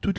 Toute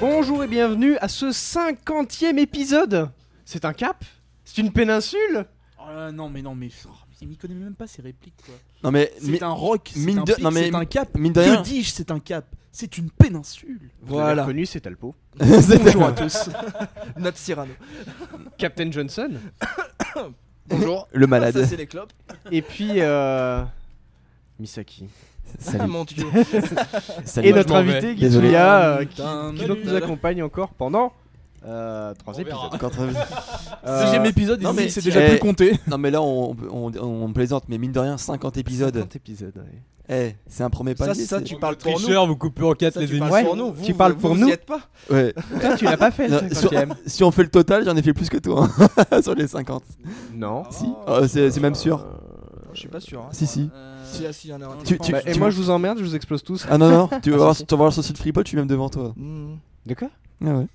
Bonjour et bienvenue à ce 50e épisode C'est un cap C'est une péninsule Oh là là, non mais non mais oh, il m'y connaît même pas ces répliques quoi. Non mais, C'est mi- un roc, c'est mine un de- pic, non, mais- c'est un cap. mine de Que rien, dis-je, c'est un cap. C'est une péninsule. Voilà. connu, c'est Talpo. c'était- Bonjour à tous. Notre Cyrano. Captain Johnson. Bonjour. le Ça, malade. c'est les clopes. Et puis... euh, Misaki. Ah, Salut. mon dieu. Salut. Et Moi, notre je m'en vais. invité, Désolé. Gitsuya, euh, qui, Putain, qui donc nous salut. accompagne encore pendant... Euh, trois On verra. épisodes. Encore très- Euh, Deuxième épisode, non, il- mais- c'est déjà Eh. plus compté. non mais là on, on- on plaisante, mais mine de rien, 50 épisodes. 50 épisodes, ouais. Eh, c'est un premier Ça, palier. ça, c'est- tu parles pour nous. Tricheur, vous coupez en 4 Ça, les tu émissions. parles Ouais, pour nous. tu Vous, parles vous- pour vous nous. y êtes pas. Ouais. Toi, tu l'as pas fait, le Non, e. 50e. Si on fait le total, j'en ai fait plus que toi hein, sur les 50. Ah Non. Si. Oh, c'est c'est même sûr. Je suis pas sûr. hein. Si, si. Euh, Si, ah, si, il y en a un. Tu- tu- Bah, et moi, je vous emmerde, je vous explose tous. Ah non, non, tu vas Ah, voir, si, si. tu vas voir sur le site Freepod, je suis même devant toi. Mm. Hmm. De quoi Ah ouais. Ah, Non,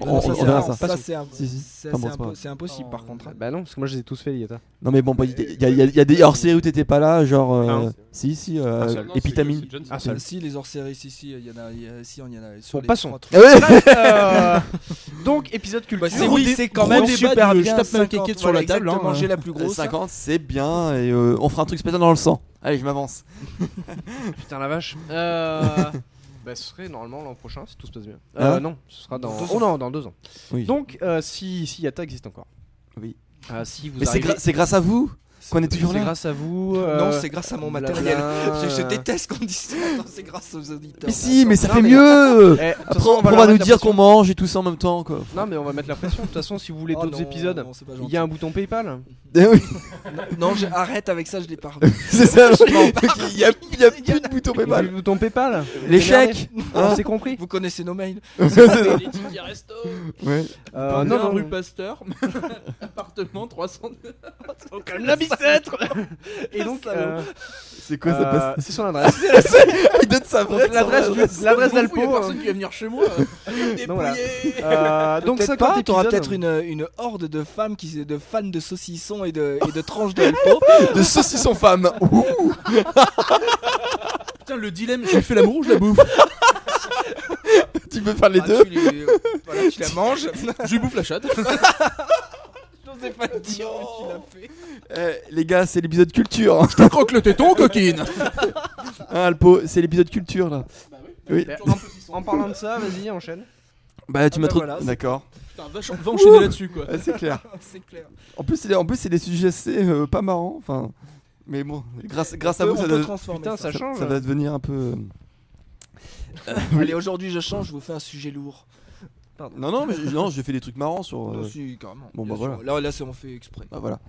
Oh, On- ça, on c'est verra un- ça. ça, c'est un- Si, si. ça, Enfin, bon, c'est c'est pas impo- grave. c'est impossible par contre. hein. Bah non, parce que moi, je les ai tous fait, les Yata. Non mais bon, bah, il y, a- il y a- il y a des hors-séries où t'étais pas là, genre... euh, Non. si, si, euh, Un seul. Non, Épitamine. Un seul. Si, les hors-séries, si, si, il y en a. il y a- Si, on y en a. sur Bon, les passons. trois trucs. Ah ouais Euh, Donc, épisode culture. Bah, c'est Gros oui, dé- c'est quand gros même débat super de- bien. je tape ma 50, quéquette sur voilà, la table, hein. Exactement, j'ai la plus grosse. 50, c'est bien, et euh, on fera un truc spécial dans le sang. Allez, je m'avance. Putain la vache. Euh... bah, ce serait normalement l'an prochain si tout se passe bien. Ah Euh, ouais non, ce sera dans. Dans deux oh non, dans deux ans. Oui. Donc euh, si si Yata existe encore. Oui. Euh, si vous mais c'est arrivez. gra- c'est grâce à vous qu'on est toujours c'est là. grâce à vous. Non, euh, c'est grâce à mon blabla. matériel. Je, je déteste qu'on dise ça. Attends, C'est grâce aux auditeurs. Mais si, mais ça Non, fait mais- Eh, mieux de toute Après, façon, leur on, va nous mettre la dire pression. qu'on mange et tout ça en même temps, quoi. Non mais on va mettre la pression. De toute façon, si vous Oh voulez d'autres épisodes, il y a un bouton PayPal. Eh oui, Non, je- arrête avec ça, je l'ai pas revu. c'est ça, il y a, il y a plus de bouton Vous avez PayPal. le bouton PayPal. L'échec Ah. On s'est compris. Vous connaissez nos mails Ouais. Euh, non, non, rue Pasteur, appartement 302. Comme la bicêtre. Et donc. Salaud. euh, C'est quoi ça euh, passe C'est son adresse. Il donne sa vraie L'adresse du- l'adresse d'Alpo. euh, personne qui va venir chez moi. non, voilà. Euh, donc Peut-être 50 pas, t'auras épisodes. peut-être une, une horde de femmes qui de fans de saucissons et de, et de tranches de Alpo. de saucisson femme. Ouh. Putain, le dilemme, j'ai fait l'amour ou je la bouffe tu peux faire les Ah, deux tu, les- voilà, tu la manges. Je bouffe la chatte. J'osais pas le dire, mais tu l'as fait. Eh, Les gars, c'est l'épisode culture. Je te croque le téton, coquine. Hein, Alpo, c'est l'épisode culture là. Bah oui. Ah, En parlant de ça, vas-y, enchaîne. Bah, tu Ah m'as bah trop. voilà, c'est- D'accord. Putain, va, va enchaîner là-dessus quoi. Ah, c'est clair. Oh, C'est clair. En plus, c'est en plus, c'est des sujets assez euh, pas marrants. Enfin, mais Ah bon, grâce, grâce à On vous, peut- ça, on peut doit- transformer Putain, ça, ça change. ça va devenir un peu. euh, Allez, aujourd'hui je change, je vous fais un sujet lourd. Non, non, mais non, j'ai fait des trucs marrants sur. euh, Non, si, carrément. bon, bien bah, sûr. Là, là, c'est on fait exprès. Bah voilà.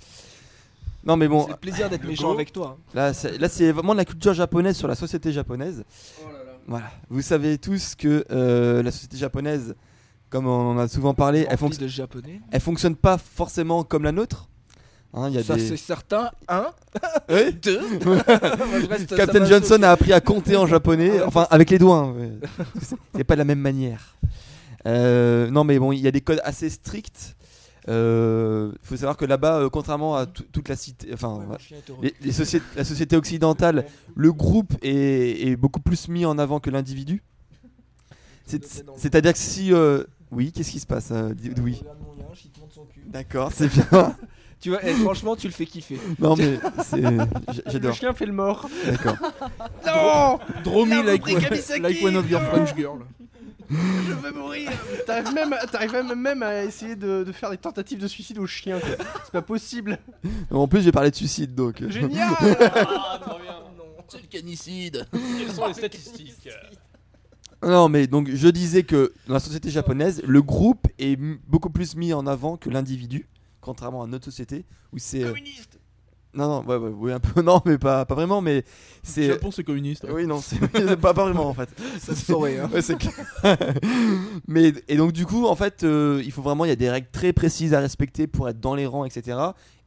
Non, mais bon, C'est le plaisir d'être méchant go. avec toi. hein. là, c'est là, c'est vraiment de la culture japonaise sur la société japonaise. Oh Voilà. Vous savez tous que euh, la société japonaise, comme on en a souvent parlé, elle, Rempli fonc- de japonais. elle fonctionne pas forcément comme la nôtre. Hein, Il y a Ça, des... c'est certain. Un, Ouais. deux. Moi, je reste- ça Captain m'a Johnson choqué. a appris à compter en japonais, Ouais, enfin avec les doigts. hein, ouais. Parce que c'est- C'est pas de la même manière. Euh, non, mais bon, il y a des codes assez stricts. Il faut savoir que là-bas, euh, contrairement à tout- toute la cité, enfin, Ouais, ouais, mon chien est heureux. les- les sociét- la société occidentale, le groupe est, est beaucoup plus mis en avant que l'individu. C'est- C'est-à-dire que si, euh, oui, qu'est-ce qui se passe, euh, dis- oui. Bah. Regarde mon linge, il te montre son cul. D'accord, c'est bien. Tu vois, eh, franchement, tu le fais kiffer. Non mais c'est- j'- Le j'adore. chien fait le mort. D'accord. Non Dromi, La like, rubrique Kamisaki. like one of your French girl. Je veux mourir T'arrives même, t'arrives même, même à essayer de, de faire des tentatives de suicide au chien. quoi. C'est pas possible. En plus, j'ai parlé de suicide, donc. euh, Génial Quelles sont les statistiques Non, mais donc je disais que dans la société japonaise, le groupe est m- beaucoup plus mis en avant que l'individu, contrairement à notre société où c'est. euh, Communiste Non, non, ouais, ouais, ouais, un peu, non, mais pas, pas vraiment, mais Le c'est. Japon, c'est communiste. Oui, non, c'est c'est pas, pas vraiment en fait. Ça se saurait, hein. Ouais, c'est clair. mais et donc du coup, en fait, euh, il faut vraiment, il y a des règles très précises à respecter pour être dans les rangs, etc.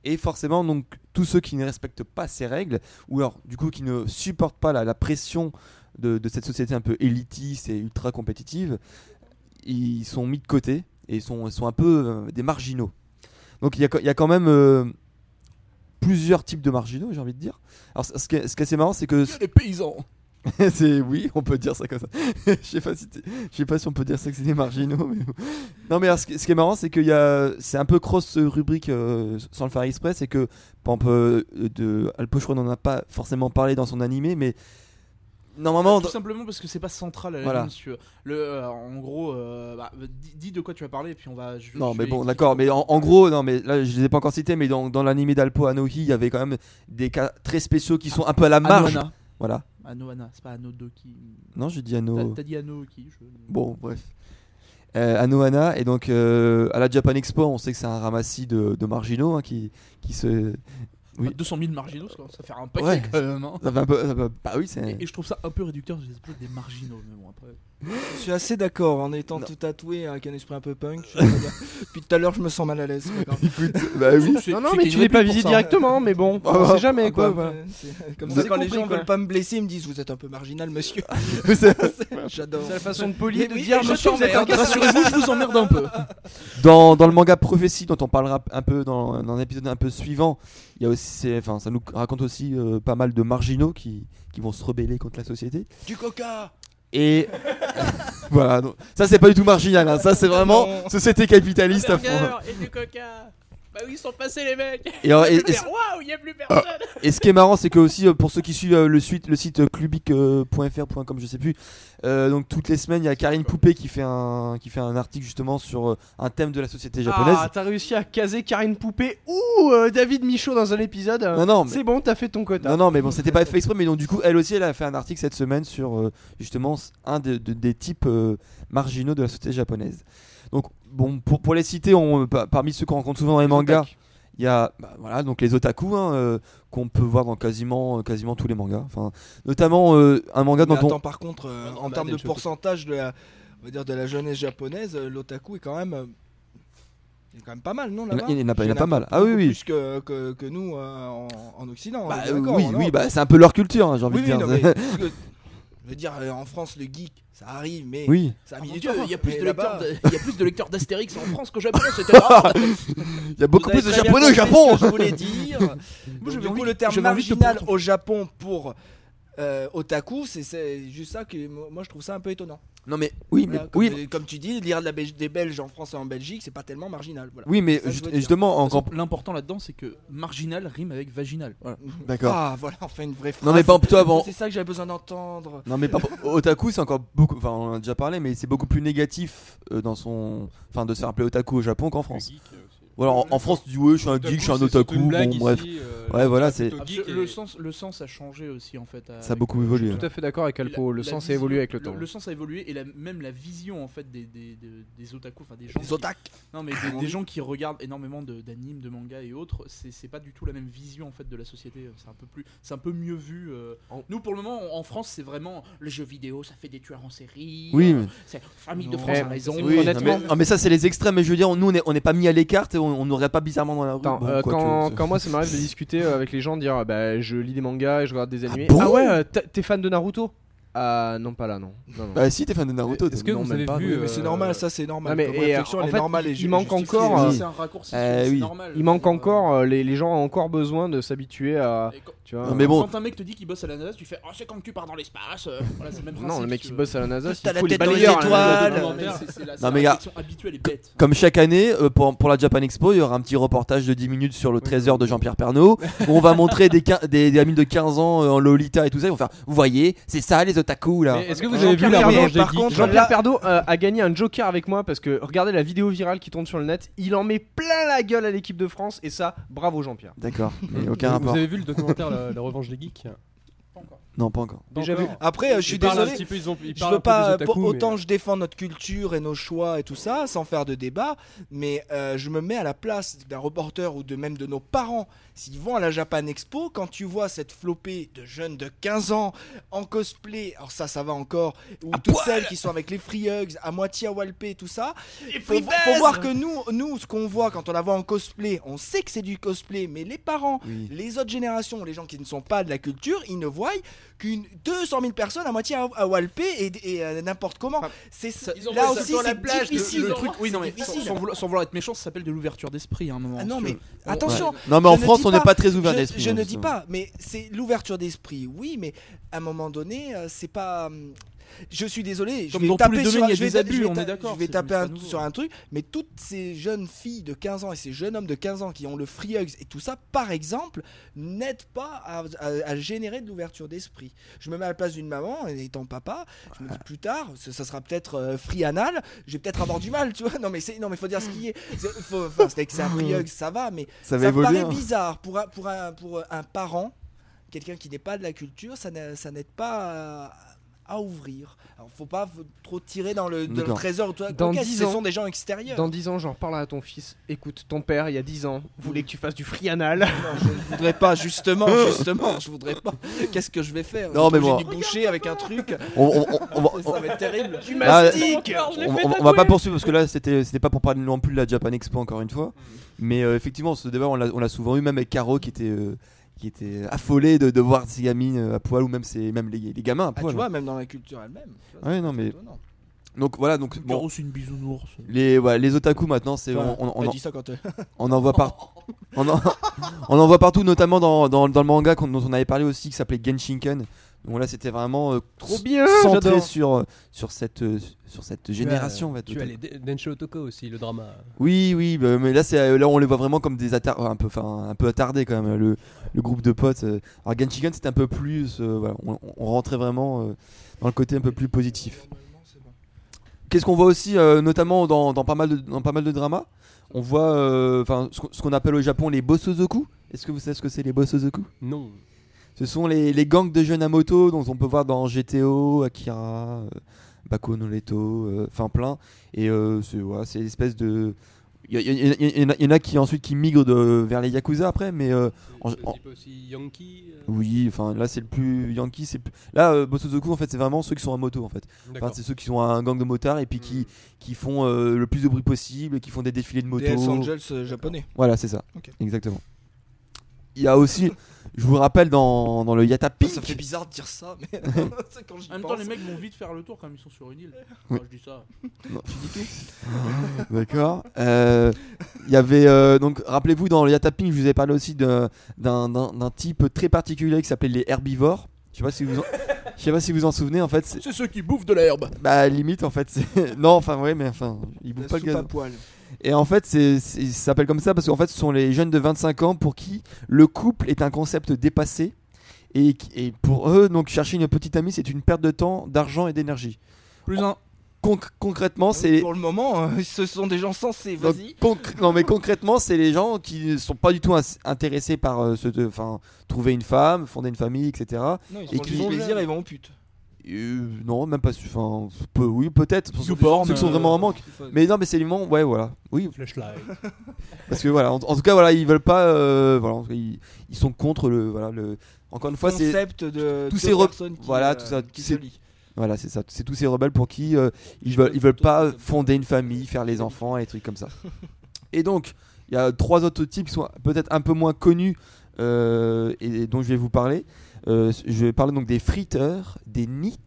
Et forcément, donc tous ceux qui ne respectent pas ces règles, ou alors du coup qui ne supportent pas la, la pression de, de cette société un peu élitiste et ultra compétitive, ils sont mis de côté et ils sont, ils sont un peu euh, des marginaux. Donc il y a, quand- il y a quand même euh, plusieurs types de marginaux, j'ai envie de dire. Alors ce ce qui est, ce qui est assez marrant, c'est que les paysans. c'est oui, on peut dire ça comme ça. Je sais pas si t'es- je sais pas si on peut dire ça que c'est des marginaux. mais bon. Non mais alors, ce, qui, ce qui est marrant, c'est qu'il y a, c'est un peu cross euh, rubrique euh, sans le faire exprès, c'est que par exemple, euh, de Al Pochron n'en a pas forcément parlé dans son animé, mais normalement, Ah, Tout simplement parce que c'est pas central à la Voilà. limite, si tu veux. Le, euh, en gros, euh, bah, dis, dis de quoi tu vas parler et puis on va. je- Non, je mais vais bon, expliquer. d'accord. Mais en, en gros, non, mais là, je les ai pas encore cités, mais dans, dans l'anime d'Alpo Anohi, il y avait quand même des cas très spéciaux qui sont un peu à la marge. Anohana. Voilà. Anohana, c'est pas Ano Doki. Non, je dis T'as- Ano. T'as dit Ano qui je- Bon, bref. Euh, Anohana, et donc euh, à la Japan Expo, on sait que c'est un ramassis de, de marginaux hein, qui, qui se. Enfin, oui. 200 000 marginaux, ça ça fait un paquet Ouais. quand même. hein. Ça fait un peu. ça fait- bah oui, c'est. Et, et je trouve ça un peu réducteur, je les appelle des marginaux. Mais bon, après. Je suis assez d'accord en étant Non. tout tatoué avec un esprit un peu punk. je sais pas dire. Depuis tout à l'heure, je me sens mal à l'aise. c'est pas grave. Écoute, bah oui. C'est- Non, non, c'est mais une tu l'es pas réplique visé pour ça. directement, mais bon, Ah on bah, sait jamais Ah quoi. bah, voilà. c'est- Comme On ça, s'est quand les compris, gens quoi. veulent pas me blesser, ils me disent Vous êtes un peu marginal, monsieur. Ah, C'est- J'adore. C'est la façon de polie Mais de oui, dire je monsieur, suis vous êtes en un merde. gars Rassurez-vous, je vous emmerde un peu. Dans, dans le manga Prophétie, dont on parlera un peu dans, dans un épisode un peu suivant, il y a aussi, c'est- enfin, ça nous raconte aussi euh, pas mal de marginaux qui, qui vont se rebeller contre la société. Du Ah, coca Et voilà, donc, ça c'est pas du tout marginal, hein, ça c'est vraiment Non. société capitaliste à fond. et du coca. Bah oui, ils sont passés les mecs. Et, alors, et- Ah. et- Waouh, il n'y a plus personne. Et ce qui est marrant, c'est que aussi euh, pour ceux qui suivent euh, le, suite, le site euh, clubic.fr.com, je sais plus, euh, donc toutes les semaines, il y a Karine Poupée qui fait un qui fait un article justement sur euh, un thème de la société japonaise. Ah, t'as réussi à caser Karine Poupée ou euh, David Michaud dans un épisode. non non, mais, C'est bon, t'as fait ton quota. non non, mais bon, c'était pas fait exprès, mais donc du coup, elle aussi, elle a fait un article cette semaine sur euh, justement s- un des- de- des types euh, marginaux de la société japonaise. Donc bon, pour, pour les citer, on, par- parmi ceux qu'on rencontre souvent dans les mangas, Il y a bah, voilà, donc les otaku hein, euh, qu'on peut voir dans quasiment, euh, quasiment tous les mangas. Enfin, notamment euh, un manga Mais dont attends, on. par contre, euh, Non, en bah, termes de Del Choco. pourcentage de la, on va dire de la jeunesse japonaise, euh, l'otaku est quand même. euh, il est quand même pas mal, non Il y en a- là-bas il y en a pas- il y en a J'en ai pas un mal. peu- Ah oui, beaucoup oui. Plus que, que, que nous euh, en, en Occident. Bah, on est euh, d'accord, oui, en oui, Europe. bah, c'est un peu leur culture, hein, j'ai envie Oui, de oui, dire. non, mais, parce que, je veux dire, euh, en France, le geek, ça arrive, mais Oui, ça Ah, a mon mis du Dieu, temps. Il y a plus Mais de là-bas, lecteurs de- il y a plus de lecteurs d'Astérix en France qu'au Japon, c'était Ah. rare. il y a beaucoup vous avez plus de très bien japonais au compris ce Japon que Je voulais dire. j'avais du envie- coup, le terme j'avais envie de te marginal prendre. au Japon pour euh, otaku, c'est- c'est juste ça que moi moi, je trouve ça un peu étonnant. Non, mais oui, mais Voilà, comme, oui, euh, comme tu dis, lire de la Bel- des Belges en France et en Belgique, c'est pas tellement marginal. Voilà. oui, mais Ça, je juste- veux dire. justement, encore. L'important là-dedans, c'est que marginal rime avec vaginal. Voilà. D'accord. Ah, voilà, enfin une vraie phrase. Non, mais ah, pas toi, bon. C'est ça que j'avais besoin d'entendre. Non mais pas otaku c'est encore beaucoup enfin on en a déjà parlé mais c'est beaucoup plus négatif euh, dans son enfin de se faire appeler otaku au Japon qu'en France. euh, Ou alors en, en France tu dis ouais je suis un geek, je suis un otaku, bon bref. euh, Ouais voilà, c'est Absol- le, sens, le sens a changé aussi en fait. à- ça a beaucoup évolué. hein. Tout à fait d'accord avec Et Alpo, la- le la sens a vision- évolué avec le temps. Le sens a évolué et la- même la vision en fait des, des, des, des otaku, enfin des gens. Les qui- otak. Non mais des, des gens qui regardent énormément de- d'animes, de, mangas et autres, c'est c'est pas du tout la même vision en fait de la société. C'est un peu plus, c'est un peu mieux vu. euh. Nous pour le moment en en France c'est vraiment le jeu vidéo, ça fait des tueurs en série. Oui, euh, mais- c'est famille de Non. France Eh, a raison. c'est- oui, non, honnêtement- mais, non, mais ça c'est les extrêmes mais je veux dire nous on est, on est pas mis à l'écart et on- on n'aurait pas bizarrement dans la rue. Attends, Bon, euh, quoi, quand, tu- quand moi ça m'arrive de discuter euh, avec les gens, de dire ah, bah je lis des mangas et je regarde des animés. bon ouais, euh, t'as- t'es fan de Naruto Ah non, pas là, non. non, non. Bah si t'es fan de Naruto. Est-ce t'es- que non, vous même avez pas. vu Mais c'est euh, normal, ça c'est normal. non, mais, Comme et, réflexion, en elle est fait, normale et il ju- manque justifiée. encore, euh, c'est un raccourci. Euh, c'est oui. normal. Il manque Euh, encore, euh, les, les gens ont encore besoin de s'habituer à. et quand- Tu vois, Non, euh, mais bon. Quand un mec te dit qu'il bosse à la NASA, tu fais Ah, c'est quand tu pars dans l'espace. euh. Voilà, c'est le même Non, principe, le mec tu qui vois. bosse à la NASA, c'est T'as la faut les tête dans les balayeurs. à la étoiles. NASA. Non, mais c'est- c'est la- c'est Non, la mais gars, réflexion habituelle et bête. Comme chaque année, euh, pour, pour la Japan Expo, il y aura un petit reportage de 10 minutes sur le trésor de Jean-Pierre Pernaud, où on va montrer des, quin- des, des amis de 15 ans euh, en Lolita et tout ça. Ils vont faire Vous voyez, c'est ça les otaku là. mais Est-ce que vous Jean-Pierre avez vu la Pernaut, revanche des par geeks contre, là Jean-Pierre Perdo a gagné un Joker avec moi parce que regardez la vidéo virale qui tourne sur le net, il en met plein la gueule à l'équipe de France et ça, bravo Jean-Pierre. D'accord, mais Vous aucun rapport. avez vu le documentaire la, la revanche des geeks Pas encore. Non, pas encore. Pas Déjà vu. encore. Après, euh, je Ils suis parlent un désolé. petit peu, ils ont- ils Je parlent un veux peu pas, euh, des pour- otakus, mais- euh. autant je défends notre culture et nos choix et tout ça, sans faire de débat, mais euh, je me mets à la place d'un reporter ou de même de nos parents. S'ils vont à la Japan Expo, quand tu vois cette flopée de jeunes de 15 ans en cosplay, alors ça, ça va encore, ou toutes celles qui sont avec les free hugs, à moitié à walpé, tout ça, faut, vo- faut voir que nous, nous, ce qu'on voit quand on la voit en cosplay, on sait que c'est du cosplay, mais les parents, Oui. les autres générations, les gens qui ne sont pas de la culture, ils ne voient qu'une 200 000 personnes à moitié à, à Walpé et, et, euh, n'importe comment. Enfin, C'est ça- Ils ont là fait ça aussi sur la c'est plage, le- difficile. le, truc. Oui, non, mais C'est sans, difficile. sans vouloir, sans vouloir être méchant, ça s'appelle de l'ouverture d'esprit hein, à un moment. Ah non, parce mais que- attention, Ouais. Non, mais en Je ne France, dis on n'est pas- pas très ouvert je- d'esprit. Je, hein, ne ça. dis pas, mais c'est l'ouverture d'esprit, oui, mais à un moment donné, euh, c'est pas. hum, Je suis désolé, je Comme vais dans tous taper les sur domaines, un- il y a je vais des ta- abus, je vais on ta- est d'accord, Je vais c'est- taper mais c'est un- pas nouveau. sur un truc, mais toutes ces jeunes filles de 15 ans et ces jeunes hommes de 15 ans qui ont le free hugs et tout ça, par exemple, n'aident pas à, à- à générer de l'ouverture d'esprit. Je me mets à la place d'une maman, et étant papa, je me dis plus tard, ça, ça sera peut-être euh, free anal, je vais peut-être avoir du mal, tu vois. Non, mais c'est, non, mais faut dire ce qu'il y est. C'est, faut- enfin, c'est que c'est un free hug, ça va, mais Ça va ça me évoluer. paraît hein. bizarre pour un, pour un, pour un parent, quelqu'un qui n'est pas de la culture, ça n'a- ça n'aide pas à, à ouvrir. Alors faut pas faut trop tirer dans le, dans le D'accord. trésor. Toi, Dans cocasse, 10 ce ans. sont des gens extérieurs. Dans 10 ans, j'en reparlerai à ton fils. Écoute, ton père, il y a 10 ans, voulait que tu fasses du free anal. Non, je ne voudrais pas, justement, justement, je voudrais pas. Qu'est-ce que je vais faire Non, mais J'ai bon. dû boucher avec un truc. On- on- on- on va- Ça va être terrible. Tu Ah, mastiques Encore, je l'ai on, fait on- on va tatouer. pas poursuivre parce que là c'était c'était pas pour parler non plus de la Japan Expo encore une fois mais euh, effectivement ce débat on l'a on l'a souvent eu même avec Caro qui était euh, qui était affolée de, de voir ces gamines euh, à poil ou même ses, même les, les gamins à Ah, poil tu vois, même dans la culture elle-même. tu vois, Ouais, c'est non, mais- étonnant. donc voilà donc bon, Caro, c'est une bisounours. les voilà, les otaku maintenant c'est Voilà, on, on- on T'as en- dit ça quand. euh, on en voit par on en, on en voit partout notamment dans, dans, dans le manga qu'on- dont on avait parlé aussi qui s'appelait Genshinken donc là c'était vraiment euh, Trop c- bien, centré j'adore. sur euh, sur cette euh, sur cette génération en fait, Tu as d'otaku. les Den- Densho Otoko aussi, le drama. Oui, oui, bah, mais là, c'est, euh, là on les voit vraiment comme des attar- un peu, enfin, un peu attardés quand même, le, le groupe de potes. euh. Alors Genshiken, c'était un peu plus. euh, voilà, on, on rentrait vraiment euh, dans le côté un peu plus positif. Qu'est-ce qu'on voit aussi, euh, notamment dans, dans pas mal de, dans pas mal de dramas On voit euh, enfin, ce qu'on- ce qu'on appelle au Japon les Bosozoku. Est-ce que vous savez ce que c'est les Bosozoku Non. Ce sont les, les gangs de jeunes à moto dont on peut voir dans GTO, Akira, euh, Bako no Leto, euh, enfin plein. Et euh, c'est voilà, c'est l'espèce de. Il y, a- il y a- il y a- il y en a- il y en a qui ensuite qui migrent de, vers les Yakuza après, mais euh, En- C'est en- un petit peu aussi Yankee. euh, oui, enfin là c'est le plus Yankee. c'est le plus- Là, euh, Bosozoku en fait c'est vraiment ceux qui sont à moto en fait. Enfin, D'accord. c'est ceux qui sont un gang de motards et puis qui, qui font euh, le plus de bruit possible, qui font des défilés de motos. Hmm. Des Hells Angels euh, japonais. Voilà, c'est ça. Ok. Exactement. Il y a aussi, je vous rappelle, dans, dans le Yata Pink. Ça fait bizarre de dire ça, mais c'est quand j'y En même temps, pense. les mecs vont vite faire le tour quand même, ils sont sur une île. Oui. Enfin, je dis ça. D'accord. Euh, Il y avait euh, donc, rappelez-vous, dans le Yataping, je vous ai parlé aussi de- d'un d'un- d'un type très particulier qui s'appelait les herbivores. Je sais pas si vous, en... je sais pas si vous en souvenez. En fait, c'est- C'est ceux qui bouffent de la herbe. bah limite en fait, c'est- non, enfin ouais, mais enfin, ils La bouffent pas le soupe à gaz. poil. Et en fait, c'est c'est- ils s'appellent comme ça parce qu'en fait, ce sont les jeunes de 25 ans pour qui le couple est un concept dépassé. Et, qui- et pour eux, donc chercher une petite amie, c'est une perte de temps, d'argent et d'énergie. Plus un. Conc- concrètement, Oui, c'est Pour le moment, euh, ce sont des gens sensés, Donc, vas-y. concr- non mais concrètement, c'est les gens qui ne sont pas du tout ins- intéressés par euh, ce, de- enfin, trouver une femme, fonder une famille, etc. Non, ils et qui- ont plaisir, ils vont au pute. Euh, non, même pas. su- Enfin, peu- oui, peut-être. Ceux- YouPorn, Ceux qui sont vraiment en manque. Mais non, mais c'est les moments, ouais, voilà. Oui, Flashlight. parce que voilà. En, en tout cas, voilà, ils veulent pas. euh, voilà, en tout cas, ils, ils sont contre le. Voilà, le. Encore une fois, c'est concept de tous deux ces re- personnes qui, voilà, euh, tout ça, qui c'est- se lient. voilà, c'est ça. C'est tous ces rebelles pour qui euh, ils veulent, ils veulent pas fonder une famille, faire les enfants et des trucs comme ça. Et donc, il y a trois autres types qui sont peut-être un peu moins connus euh, et, et dont je vais vous parler. Euh, je vais parler donc des friteurs, des nits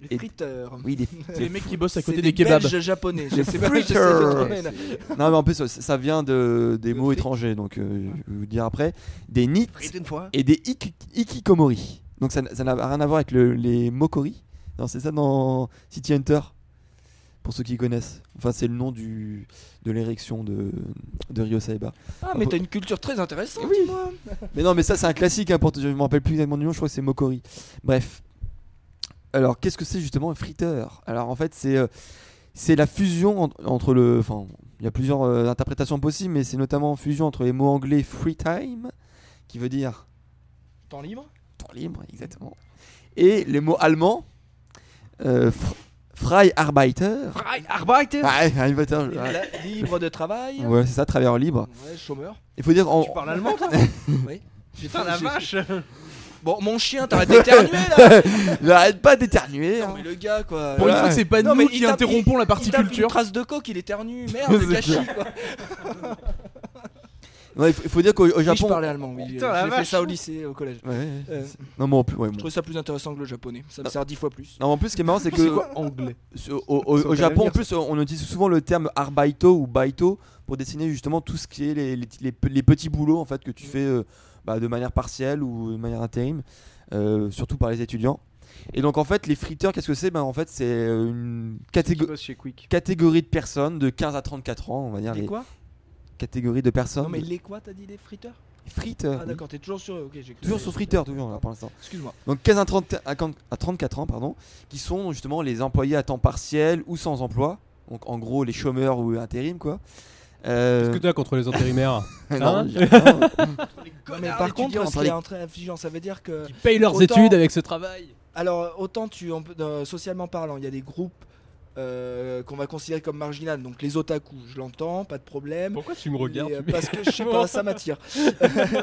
Les et friteurs. oui, des, C'est les mecs qui bossent à C'est côté des, des kebabs. Belges japonais. Je Les sais pas, je sais friteurs. ce domaine. non mais en plus ça, ça vient de des Le mots fric. étrangers donc euh, je vais vous dire après des nits Frites une fois. et des ik- ikikomori. Donc ça n- ça n'a rien à voir avec le- les mokori. Non, c'est ça dans City Hunter. Pour ceux qui connaissent. Enfin, c'est le nom du, de l'érection de, de Ryo Saeba. Ah, mais t'as une culture très intéressante, Oui. moi. Mais non, mais ça, c'est un classique. hein, pour, je me rappelle plus exactement du nom, je crois que c'est Mokori. Bref. Alors, qu'est-ce que c'est justement un friteur Alors, en fait, c'est euh, c'est la fusion en- entre le. Enfin, il y a plusieurs euh, interprétations possibles, mais c'est notamment fusion entre les mots anglais free time, qui veut dire Temps libre temps libre, exactement. Et les mots allemands, euh, Fr- Freiarbeiter. Arbeiter Ah, ouais, Arbeiter, ouais. La- Libre de travail. Ouais, c'est ça, travailleur libre. Ouais, chômeur. Il faut dire en. Tu parles allemand, toi Oui. Putain, la J'ai- vache Bon, mon chien, t'arrêtes d'éternuer là J'arrête pas d'éternuer. Non, hein. mais le gars quoi. Pour Ouais. une fois que c'est pas Non, mais nous il qui tape- interrompons la partie il tape une culture. trace de coque, il éternue, merde, C'est gâchis quoi. Non, il faut, il faut dire qu'au au Oui, je Japon. parlais allemand, oui. Putain, la J'ai fait vache. ça au lycée, au collège. Ouais, ouais, ouais. Euh, Non, mais en plus, ouais, bon. je trouvais ça plus intéressant que le japonais. Ah. Ça me sert dix fois plus. Non, mais en plus, ce qui est marrant, c'est C'est que quoi anglais sur- au, au- Ça au veut Japon, rien en plus, on utilise souvent le terme arbaito ou baito pour dessiner justement tout ce qui est les, les- les pe- les petits boulots en fait que Mm. tu fais euh, bah, de manière partielle ou de manière intérim, euh, surtout par les étudiants. Et donc, en fait, les friteurs, qu'est-ce que c'est ben, En fait, c'est euh, une Qui catégo- bosse chez Quick. catégorie de personnes de 15 à 34 ans, on va dire Les les quoi catégories de personnes. Non, mais les quoi, t'as dit les friteurs friteurs. Ah, oui. d'accord, t'es toujours sur. Ok, j'ai cru. Toujours sur friteur, toujours là pour l'instant. Excuse-moi. Donc 15 à, 30 à 40 à 34 ans, pardon, qui sont justement les employés à temps partiel ou sans emploi. Donc en gros les chômeurs ou intérim quoi. Euh, Qu'est-ce que t'as contre les intérimaires non, Hein j'ai rien. Non, mais par contre, d'étudiants, ce entre qui est les- intelligent, ça veut dire que. Ils payent leurs Autant- études avec ce travail. Alors, autant tu. en- euh, socialement parlant, il y a des groupes euh, qu'on va considérer comme marginales. Donc, les otaku, je l'entends, pas de problème. Pourquoi tu me Les, euh, regardes parce que je sais pas, ça m'attire.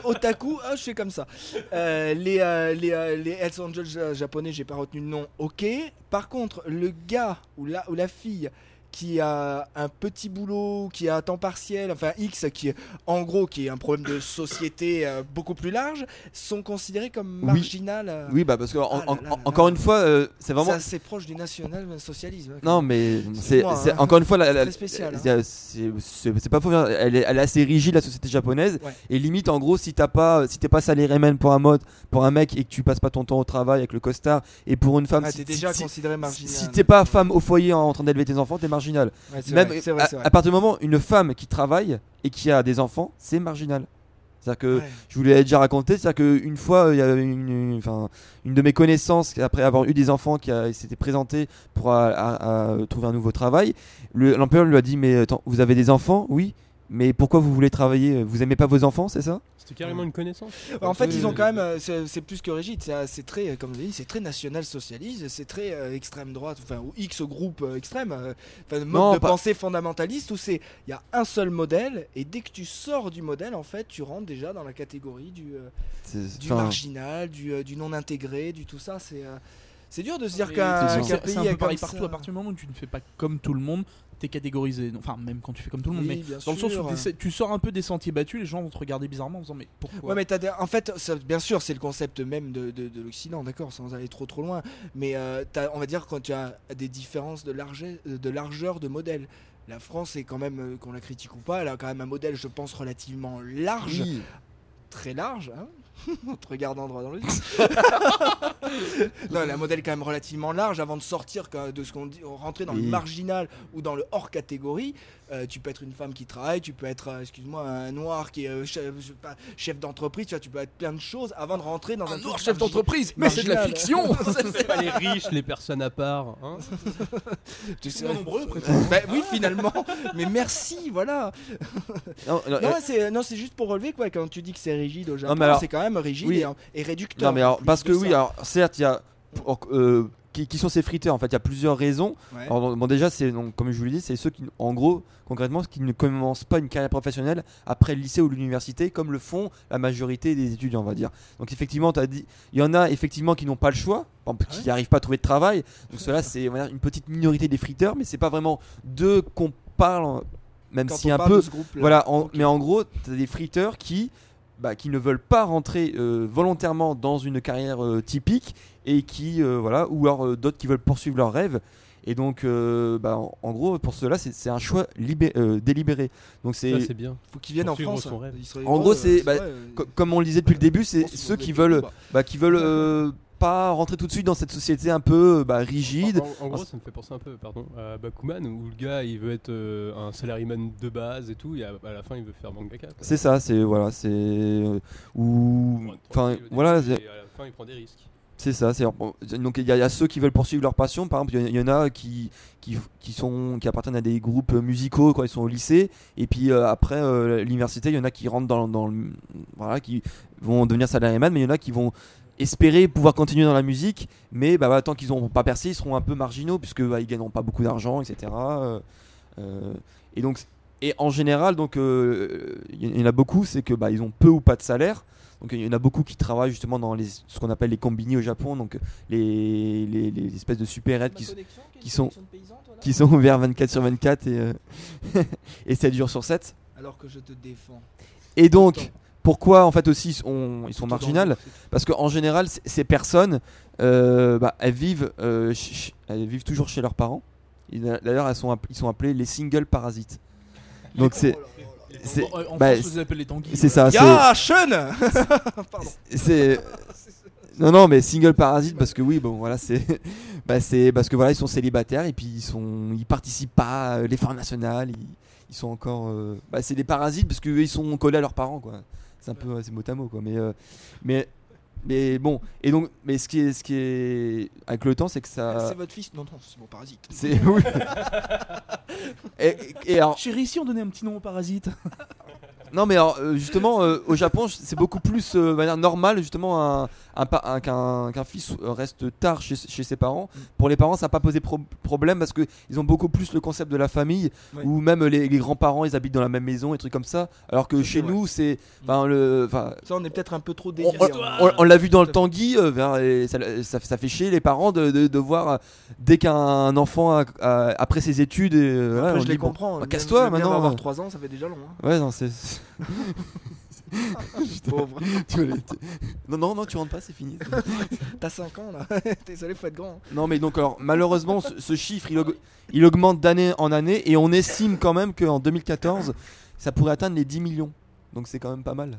Otaku, ah, je fais comme ça. Euh, les, euh, les, euh, les Hells Angels euh, japonais, j'ai pas retenu le nom, ok. Par contre, le gars ou la, ou la fille qui a un petit boulot, qui a un temps partiel, enfin X, qui est en gros qui est un problème de société euh, beaucoup plus large, sont considérés comme Oui. marginales. euh, oui bah parce que en- Ah là en- là là encore là. une fois euh, c'est vraiment C'est assez proche du national-socialisme. hein, quand non mais c'est Excuse-moi, c'est- hein. encore une fois la, la- Très spécial, hein. il y a- c'est c'est- c'est pas faux hein. elle est, elle est assez rigide la société japonaise Ouais. et limite en gros si t'as pas si t'es pas salarié même pour un mode pour un mec et que tu passes pas ton temps au travail avec le costard et pour une femme Ah, si- t'es si- déjà si- considéré si- marginal. si t'es pas femme au foyer en train d'élever tes enfants t'es marginal Ouais, c'est Même vrai, c'est vrai, à, c'est à vrai. partir du moment une femme qui travaille et qui a des enfants, c'est marginal. C'est-à-dire que Ouais. je vous l'ai déjà raconté, c'est-à-dire qu'une fois, euh, il y avait une, une- enfin, une de mes connaissances, après avoir eu des enfants, qui a- s'était présentée pour a- a- a trouver un nouveau travail, Le- l'employeur lui a dit Mais attends, vous avez des enfants Oui, mais pourquoi vous voulez travailler Vous aimez pas vos enfants, c'est ça C'était carrément une connaissance. En fait, Oui, ils ont oui, quand oui. même, euh, c'est c'est plus que rigide, c'est c'est très, euh, comme je l'ai dit, c'est très national-socialiste, c'est très euh, extrême droite, enfin, ou X groupe euh, extrême, euh, enfin, mode Non, de pas- pensée fondamentaliste où c'est, il y a un seul modèle, et dès que tu sors du modèle, en fait, tu rentres déjà dans la catégorie du, euh, C'est- du enfin, marginal, du, euh, du non-intégré, du tout ça, c'est... euh, c'est dur de se dire Mais qu'un c'est- qu'un c'est euh, pays un est peu comme pareil ça. partout. À partir du moment où tu ne fais pas comme tout le monde, t'es catégorisé. Enfin, même quand tu fais comme tout le monde, Oui, mais bien dans le sens sûr. où t'es- tu sors un peu des sentiers battus, les gens vont te regarder bizarrement en disant mais pourquoi Ouais, mais t'as des- en fait, ça- bien sûr, c'est le concept même de, de- de l'Occident, d'accord, sans aller trop trop loin. Mais euh, t'as- on va dire quand tu as des différences de, large, de largeur de modèle. La France est quand même, euh, qu'on la critique ou pas, elle a quand même un modèle, je pense, relativement large, oui. très large, hein en te regardant droit dans le Non, elle a un modèle quand même relativement large avant de sortir que- de ce qu'on dit, rentrer dans le Oui. marginal ou dans le hors catégorie. Euh, tu peux être une femme qui travaille, tu peux être, euh, excuse-moi, un noir qui est euh, chef, je sais pas, chef d'entreprise, tu vois, tu peux être plein de choses avant de rentrer dans un, Un truc noir chef marginal. d'entreprise, mais c'est de la marginal. fiction. C'est pas les riches, les personnes à part. hein. Tu sais- nombreux, après Bah oui, finalement. Mais merci, voilà. Non, non, Non, euh, ouais, c'est non, c'est juste pour relever quoi. Quand tu dis que c'est rigide au Japon, mais alors- c'est quand même rigide Oui. et, euh, et réducteur. Non mais alors, en plus parce que de oui, ça. alors certes, il y a euh, qui, qui sont ces friteurs en fait, il y a plusieurs raisons. Ouais. Alors, bon, bon, déjà c'est donc comme je vous l'ai dit, c'est ceux qui en gros concrètement qui ne commencent pas une carrière professionnelle après le lycée ou l'université comme le font la majorité des étudiants, on va dire. Donc effectivement, t'as dit il y en a effectivement qui n'ont pas le choix, par Ah exemple, qui n'arrivent pas à trouver de travail. Donc cela c'est on va dire, une petite minorité des friteurs, mais c'est pas vraiment d'eux qu'on parle même Quand si on un parle peu de ce groupe-là. voilà, en- Ok. mais en gros, t'as des friteurs qui, bah, qui ne veulent pas rentrer euh, volontairement dans une carrière euh, typique et qui, euh, voilà, ou alors euh, d'autres qui veulent poursuivre leurs rêves. Et donc, euh, bah, en, en gros, pour cela, c'est c'est un choix libé- euh, délibéré. Donc, c'est Ça, c'est bien. Faut qu'ils viennent en Poursuivre France. hein. son rêve. Ils seraient En heureux, gros, c'est- euh, bah, vrai, euh, co- comme on le disait depuis le début, c'est je pense qu'ils ceux vont qui être veulent, contents, bah. bah, qui veulent euh, pas rentrer tout de suite dans cette société un peu bah, rigide. En, en gros, Ah, ça me fait penser un peu, pardon, à Bakuman où le gars il veut être euh, un salaryman de base et tout, et à, à la fin il veut faire mangaka. quoi. C'est ça, c'est voilà, c'est euh, ou Pour être enfin tranquille au voilà, début, et à la fin il prend des risques. C'est ça, c'est donc il y, a- il y a ceux qui veulent poursuivre leur passion, par exemple il y, en a qui, qui, qui sont, qui appartiennent à des groupes musicaux quand ils sont au lycée, et puis euh, après euh, l'université il y en a qui rentrent dans, dans le... Voilà, qui vont devenir salariés mais il y en a qui vont espérer pouvoir continuer dans la musique, mais bah, bah, tant qu'ils n'auront pas percé, ils seront un peu marginaux puisque bah, ils gagneront pas beaucoup d'argent, etc. Euh, euh, et donc, et en général, donc euh, il y en a beaucoup, c'est que bah, ils ont peu ou pas de salaire. Donc il y en a beaucoup qui travaillent justement dans les, ce qu'on appelle les combini au Japon, donc les, les, les espèces de supérettes qui, qui sont- qui sont ouverts 24 sur 24 et, euh, et 7 jours sur 7. Alors que je te défends. Et Tout le donc, temps. pourquoi en fait aussi ils sont, ils sont Tout le marginales temps. Parce qu'en général, c- ces personnes, euh, bah, elles, vivent, euh, ch- ch- elles vivent toujours chez leurs parents. Et d'a- D'ailleurs, elles sont app- ils sont appelés les single parasites. Donc c'est c'est- En- en bah, France, on les appelle les tanguis. euh. c'est ça. voilà. c'est- Ya, Sean C'est non non mais single parasite parce que oui bon voilà c'est bah, c'est parce que voilà ils sont célibataires et puis ils sont ils participent pas à l'effort national ils, ils sont encore euh, bah, c'est des parasites parce que eux, ils sont collés à leurs parents quoi c'est un peu ouais, c'est mot à mot quoi mais euh, mais mais bon et donc mais ce qui est ce qui est avec le temps c'est que ça C'est votre fils Non, non, Ah, c'est mon parasite. c'est oui. et, et alors Chérie, si on donnait un petit nom aux parasites. Non mais alors, euh, justement euh, au Japon je- c'est beaucoup plus euh, de manière normale justement un, un pa- un- qu'un qu'un fils euh, reste tard chez, chez ses parents. Mm. Pour les parents ça n'a pas posé pro- problème parce que ils ont beaucoup plus le concept de la famille Ouais. ou même les, les grands-parents ils habitent dans la même maison et trucs comme ça alors que chez vrai. Mm. nous c'est enfin le enfin Ça, on est peut-être un peu trop on, déliré. on- on- on l'a vu dans le Tanguy, euh, vers- et ça, ça- ça fait chier les parents de, de- de voir euh, dès qu'un enfant a- a- après ses études, et, euh, voilà, Après, on je dit, les bon, comprends. bah, casse-toi Le mien maintenant, va avoir hein. 3 ans, ça fait déjà long. hein. ouais non c'est Pauvre. Tu vois, les- tu- non, non, non, tu rentres pas, c'est fini. T'as 5 ans là. Désolé, faut être grand. hein. Non, mais donc, alors, malheureusement, ce, ce chiffre, il, aug- il augmente d'année en année et on estime quand même qu'en 2014, ça pourrait atteindre les 10 millions. Donc, c'est quand même pas mal.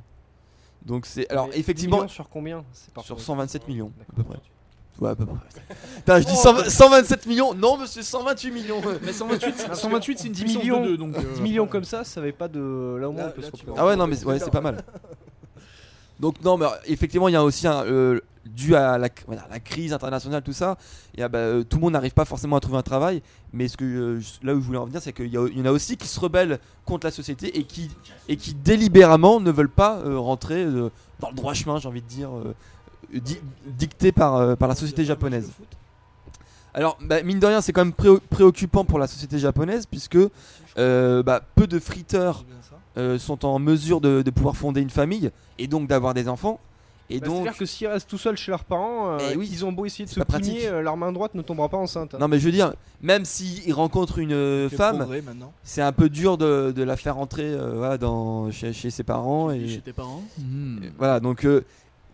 Donc, c'est. Alors, Mais effectivement, millions Sur combien C'est par- sur 127 millions, à peu près. Ouais, à peu près. Putain, je dis 100 127 millions Non, monsieur, 128 millions Mais 128, c'est- 128 c'est une 10 division millions. de deux, donc. euh, 10 millions comme ça, ça avait pas de. Là au moins Là- on peut là, se tu représenter. Ah ouais, non, mais ouais, c'est pas mal. Donc, non, mais alors, effectivement, il y a aussi un. euh, dû à la, on va dire, la crise internationale, tout ça, il y a, bah, euh, tout le monde n'arrive pas forcément à trouver un travail. Mais ce que, euh, je- là où je voulais en venir, c'est qu'il y, a- il y en a aussi qui se rebellent contre la société et qui, et qui délibérément ne veulent pas euh, rentrer euh, dans le droit chemin, j'ai envie de dire, euh, di- dicté par, euh, par la société japonaise. Alors, bah, mine de rien, c'est quand même pré- préoccupant pour la société japonaise, puisque euh, bah, peu de friteurs euh, sont en mesure de, de pouvoir fonder une famille et donc d'avoir des enfants. Et Bah, donc, C'est-à-dire que s'ils restent tout seuls chez leurs parents, euh, Eh oui. ils ont beau essayer de C'est se pas pratique. pigner, leur main droite ne tombera pas enceinte. hein. non mais je veux dire, même s'ils rencontrent une euh, femme, maintenant. c'est un peu dur de, de la faire rentrer euh, voilà, dans, chez, chez ses parents. Et chez Et, tes parents. et voilà, donc, euh,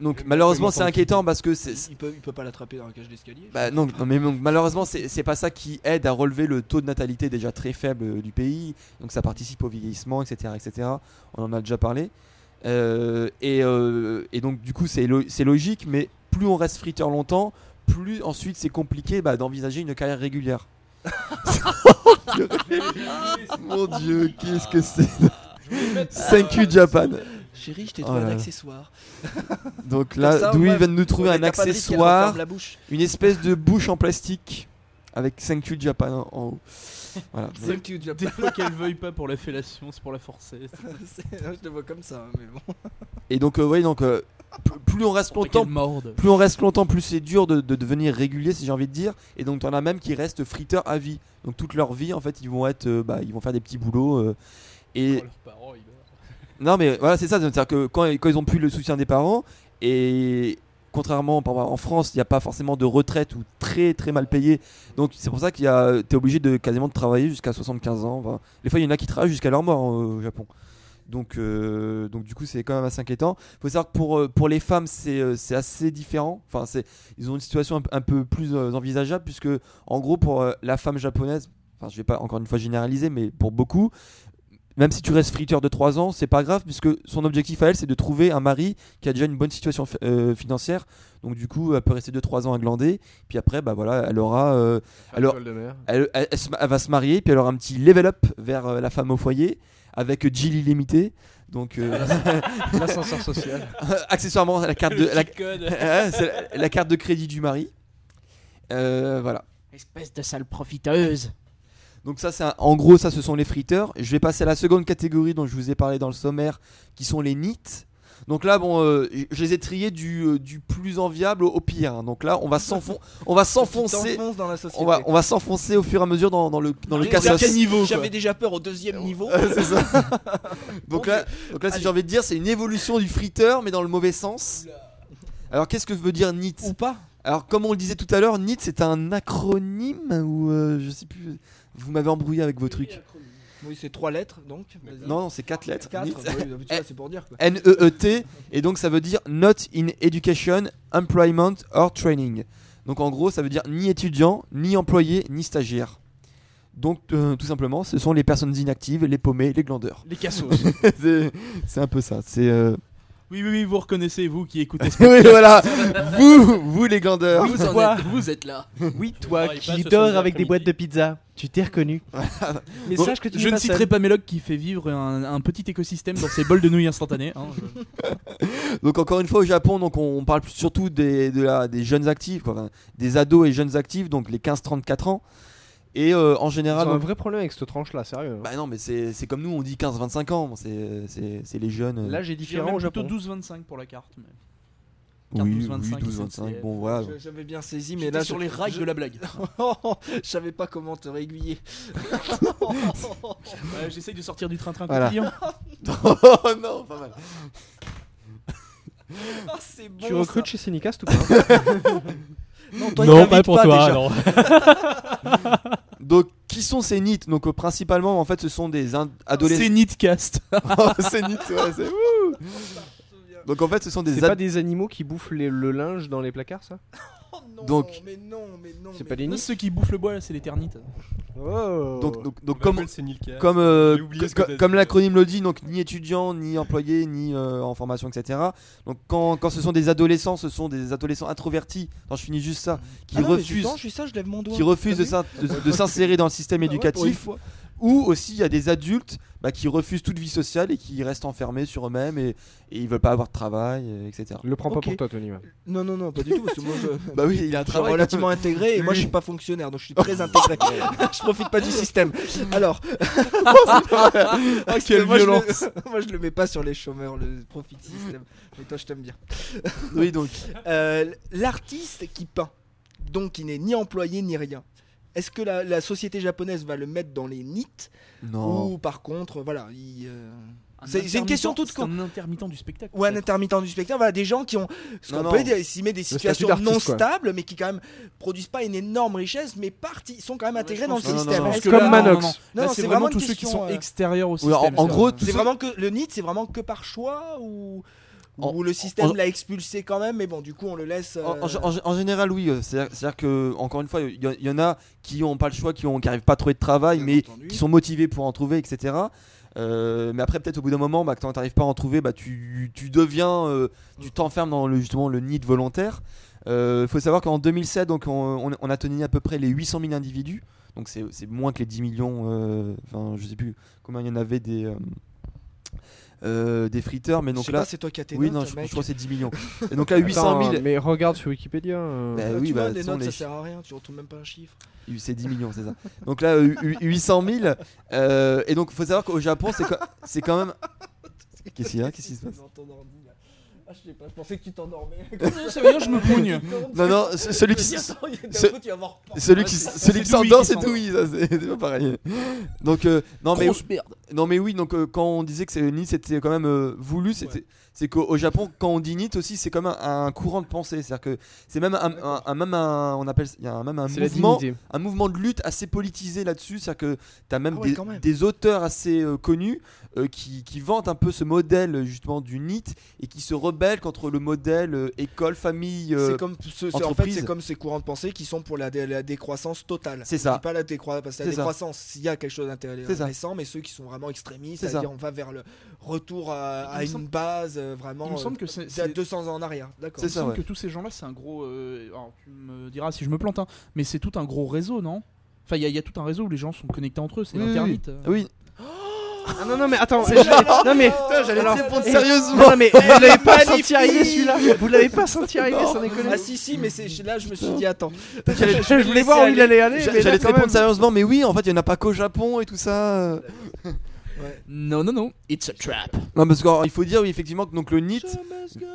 donc malheureusement c'est inquiétant parce que c'est... c'est- Il peut, il peut pas l'attraper dans la cage d'escalier. Bah, non, non, mais donc, malheureusement c'est c'est pas ça qui aide à relever le taux de natalité déjà très faible euh, du pays, donc ça participe au vieillissement, etc. etc. On en a déjà parlé. Euh, et, euh, et donc du coup c'est lo- c'est logique, mais plus on reste friteur longtemps, plus ensuite c'est compliqué bah, d'envisager une carrière régulière. Mon dieu, qu'est-ce que c'est Thank you Japan. Chérie, je t'ai Oh trouvé là un là. accessoire. Donc Comme là, ça, d'où on ils va- viennent nous trouver Ouais, un mais t'as pas de risque, elle accessoire, referme la bouche. une espèce de bouche en plastique avec Thank you Japan en, en haut. Voilà. C'est- Thank you, Japan. Des fois qu'elle veuille pas pour la fellation, c'est pour la forcer. C'est- Je te vois comme ça, hein, mais bon. Et donc, euh, ouais, donc euh, plus- plus on reste longtemps, Longtemps morde. plus on reste longtemps, plus c'est dur de, de devenir régulier, si j'ai envie de dire. Et donc, t'en as même qui restent friteurs à vie. Donc, toute leur vie, en fait, ils vont être, euh, bah, ils vont faire des petits boulots. euh, et leurs parents, ils meurent. non, mais voilà, c'est ça. C'est-à-dire que quand, quand ils ont plus le soutien des parents et contrairement, par exemple, en France, il n'y a pas forcément de retraite ou très très mal payé. Donc, c'est pour ça qu'il y a, t'es obligé de quasiment de travailler jusqu'à 75 ans. Enfin, des fois, il y en a qui travaillent jusqu'à leur mort euh, au Japon. Donc, euh, donc du coup, c'est quand même assez inquiétant. faut savoir que pour, euh, pour les femmes, c'est euh, c'est assez différent. Enfin, c'est- ils ont une situation un, un peu plus euh, envisageable, puisque en gros, pour euh, la femme japonaise, enfin, je vais pas encore une fois généraliser, mais pour beaucoup, même si tu restes friteur de 3 ans, c'est pas grave, puisque son objectif à elle, c'est de trouver un mari qui a déjà une bonne situation fi- euh, financière. Donc, du coup, elle peut rester 2-3 ans à glander, puis après, bah voilà, elle aura. euh, Alors- École de mer. elle, elle- elle se- elle va se marier, puis elle aura un petit level up vers euh, la femme au foyer avec Jill illimité. Donc, euh, L'ascenseur social. accessoirement, la carte de la, Cheat code. Ouais, c'est la- la carte de crédit du mari. Euh, voilà. Espèce de sale profiteuse. Donc ça, c'est un- en gros, ça, ce sont les friteurs. Je vais passer à la seconde catégorie dont je vous ai parlé dans le sommaire, qui sont les NEET. Donc là, bon, euh, je les ai triés du, euh, du plus enviable au, au pire. hein. Donc là, on va s'enfon- on va Tu s'enfoncer. t'enfonces dans la société. On va, on va s'enfoncer au fur et à mesure dans, dans le, dans le J'avais- cassos. j'avais- caniveau, quoi. J'avais déjà peur au deuxième niveau. Euh, c'est ça. donc là, donc là si Allez. j'ai envie de dire, c'est une évolution du friteur, mais dans le mauvais sens. Alors qu'est-ce que veut dire NIT Ou pas Alors comme on le disait tout à l'heure, NIT c'est un acronyme ou euh, je sais plus. Vous m'avez embrouillé avec vos trucs. Oui, c'est trois lettres donc. Vas-y. Non, non, c'est quatre lettres. Quatre, bah NEET. oui, tu vois, c'est pour dire quoi. N-E-E-T, E et donc ça veut dire Not in Education, Employment or Training. Donc en gros, ça veut dire ni étudiant, ni employé, ni stagiaire. Donc euh, tout simplement, ce sont les personnes inactives, les paumés, les glandeurs. Les cassos. c'est c'est un peu ça. C'est euh, oui, oui, oui, vous reconnaissez, vous qui écoutez ce oui, voilà, vous, vous les glandeurs. Vous, en Quoi êtes, vous êtes là. Oui, travaille toi pas qui ce dors samedi avec des après-midi. boîtes de pizza, tu t'es reconnu. Mais Bon, sache que tu Je n'es ne pas citerai seul. pas Méloc qui fait vivre un, un petit écosystème dans ses bols de nouilles instantanées. hein, je- Donc encore une fois au Japon, donc on, on parle plus- surtout des, de la, des jeunes actifs, quoi, enfin, des ados et jeunes actifs, donc les 15-34 ans. Et euh, en Ils général, ont un donc- vrai problème avec cette tranche là, sérieux. hein. bah non, mais c'est c'est comme nous, on dit 15-25 ans, c'est- c'est c'est les jeunes. euh, Là j'ai J'irais différent même au plutôt Japon. 12-25 pour la carte. mais- oui, 12, 25, oui, 12, ils 25, sont- Ah bon voilà. Je- J'avais bien saisi, mais J'étais là sur je- les rails je- Oh, de la blague. je savais pas comment te réaiguiller. Ouais, J'essaye de sortir du train-train Voilà. quotidien. oh non, pas mal. Ah, c'est bon. Tu ça. recrutes chez Cinecast ou pas Non, toi, il non, t'invite pas pour toi. déjà. alors. Donc, qui sont ces NIT Donc, euh, principalement, en fait, ce sont des in- Ah, adolescents. C'est Nitcast. Oh, C'est NIT, ouais, c'est wouh. Donc, en fait, ce sont C'est des pas ad- des animaux qui bouffent les- le linge dans les placards ça Oh non, Donc- mais non, mais non. C'est mais pas des nids Ceux qui bouffent le bois, là, c'est les ternites. Oh. donc, donc, donc, On comme, m'appelle Senilka. comme, euh, J'ai oublié ce co- que t'as dit. comme l'acronyme le dit, donc ni étudiant, ni employé, ni euh, en formation, etc. Donc, quand, quand ce sont des adolescents, ce sont des adolescents introvertis. Attends, je finis juste ça. Qui Ah non, mais refusent, pourtant, je suis ça, je lève mon doigt. qui refusent T'as de vu s'in- de- de s'insérer dans le système Ah ouais, pour une éducatif. fois. Ou aussi il y a des adultes bah, qui refusent toute vie sociale et qui restent enfermés sur eux-mêmes et, et ils veulent pas avoir de travail, euh, etc. Le prends pas Ok. pour toi Tony. va. Non, non, non, pas du tout. Parce que moi, je... Bah oui, il a un Ah je travaille travail relativement intégré et moi je suis pas fonctionnaire donc je suis très intégré. je profite pas du système. Alors, Ah, quelle moi, je le- violence. moi je le mets pas sur les chômeurs, le profit système. Mais toi je t'aime bien. Oui, donc Euh, L'artiste qui peint, donc qui n'est ni employé ni rien. Est-ce que la, la société japonaise va le mettre dans les NIT non. ou par contre, voilà, il, euh, Un C'est- c'est une question intermittent- toute c'est con. un intermittent du spectacle. ou un intermittent du spectacle, voilà, des gens qui ont ce Non, qu'on non. peut dire, s'y met des statut situations d'artiste, non quoi. stables, mais qui quand même produisent pas une énorme richesse, mais partie, sont quand même intégrés dans le pense- non, non, système. non, Est-ce que Comme là- Manox. Non, Là, non, c'est vraiment, une tous ceux qui question, sont euh, extérieurs au Oui, en- système. en ça. gros, tout C'est vraiment que le NIT, c'est vraiment que par choix ou En- ou le système en- l'a expulsé quand même, mais bon, du coup on le laisse. euh, En, en- en- en général, oui. euh, C'est-à-dire c'est-à-dire que encore une fois, il y, en- il y en a qui ont pas le choix, qui ont, qui arrivent pas à trouver de travail, bien mais entendu. qui sont motivés pour en trouver, etc. Euh, mais après, peut-être au bout d'un moment, bah, quand t'arrives pas à en trouver, bah, tu, tu deviens, euh, tu t'enfermes dans le, justement le nid de volontaire. Il faut savoir qu'en 2007, donc, on, on- on a tenu à peu près les 800 000 individus. Donc c'est c'est moins que les 10 millions, euh, enfin je sais plus combien il y en avait des, euh, euh, des friteurs, mais Je donc sais là... pas, c'est toi qui as tes Oui, notes, non, je, mec. je crois que c'est 10 millions. Et donc là, 800 Attends, 000... Mais regarde sur Wikipédia. euh. Bah, Ah, oui, tu bah, vois, les ce sont notes, les ça chiffres. sert à rien, tu retrouves même pas un chiffre. C'est 10 millions, c'est ça. Donc là, euh, hu- 800 000. euh, et donc, faut savoir qu'au Japon, c'est quand, c'est quand même. Qu'est-ce qu'il y a Qu'est-ce qui se passe Dans ton ordi, là. Ah, je sais pas, je pensais que tu t'endormais. Ça veut dire que je me pogne. Non, non, ce- celui qui, s- Attends, il y a Ce- d'un coup, tu vas voir. celui qui, c'est- c'est celui qui Dewey s'endort, qui c'est Dewey, ça, c'est c'est pas pareil. Donc, euh, non, mais, Grosse merde. non, mais oui, donc euh, quand on disait que c'est NIT, c'était quand même euh, voulu, c'était- c'est qu'au au Japon, quand on dit NIT aussi, c'est comme un, un courant de pensée. C'est-à-dire que c'est même un, un- un- même un, on appelle, il y a un- même un C'est la mouvement dignité. un mouvement de lutte assez politisé là-dessus. C'est-à-dire que tu as même, Ah ouais, des- quand même. des, auteurs assez euh, connus euh, qui, qui vantent un peu ce modèle euh, justement du NIT et qui se rebellent contre le modèle euh, école, famille. euh, C'est comme, ce- c'est- en fait, entreprise. c'est comme ces courants de pensée qui sont pour la, dé- la décroissance totale. C'est ça. Je dis Pas la décroissance, parce que la C'est ça. décroissance, s'il y a quelque chose C'est ça. d'intéressant, mais ceux qui sont vraiment extrémistes, C'est ça. c'est-à-dire on va vers le retour à, Il à me une semble- base euh, vraiment. Il me semble euh, que c'est. d'à c'est- 200 ans en arrière, d'accord. il me C'est ça, semble ouais. que tous ces gens-là, c'est un gros. euh, alors, tu me diras si je me plante, hein, mais c'est tout un gros réseau, non Enfin, il y, a- il y a tout un réseau où les gens sont connectés entre eux, c'est Oui, oui, l'internet. euh. Ah oui, Ah non, non, mais attends. je- Non, mais. j'allais Alors- répondre Eh, sérieusement. Non, non, mais vous l'avez pas Magnifique. senti arriver celui-là. Vous l'avez pas senti arriver, sans Ah déconner. si si mais c'est là je me suis dit attends. J'allais- Je voulais voir où il allait aller. mais J'allais là, te quand répondre même. sérieusement, mais oui, en fait, il n'y en a pas qu'au Japon et tout ça. euh. Ouais. Non, non, non, it's a trap. Non, parce qu'il faut dire, oui, effectivement, que donc le NIT,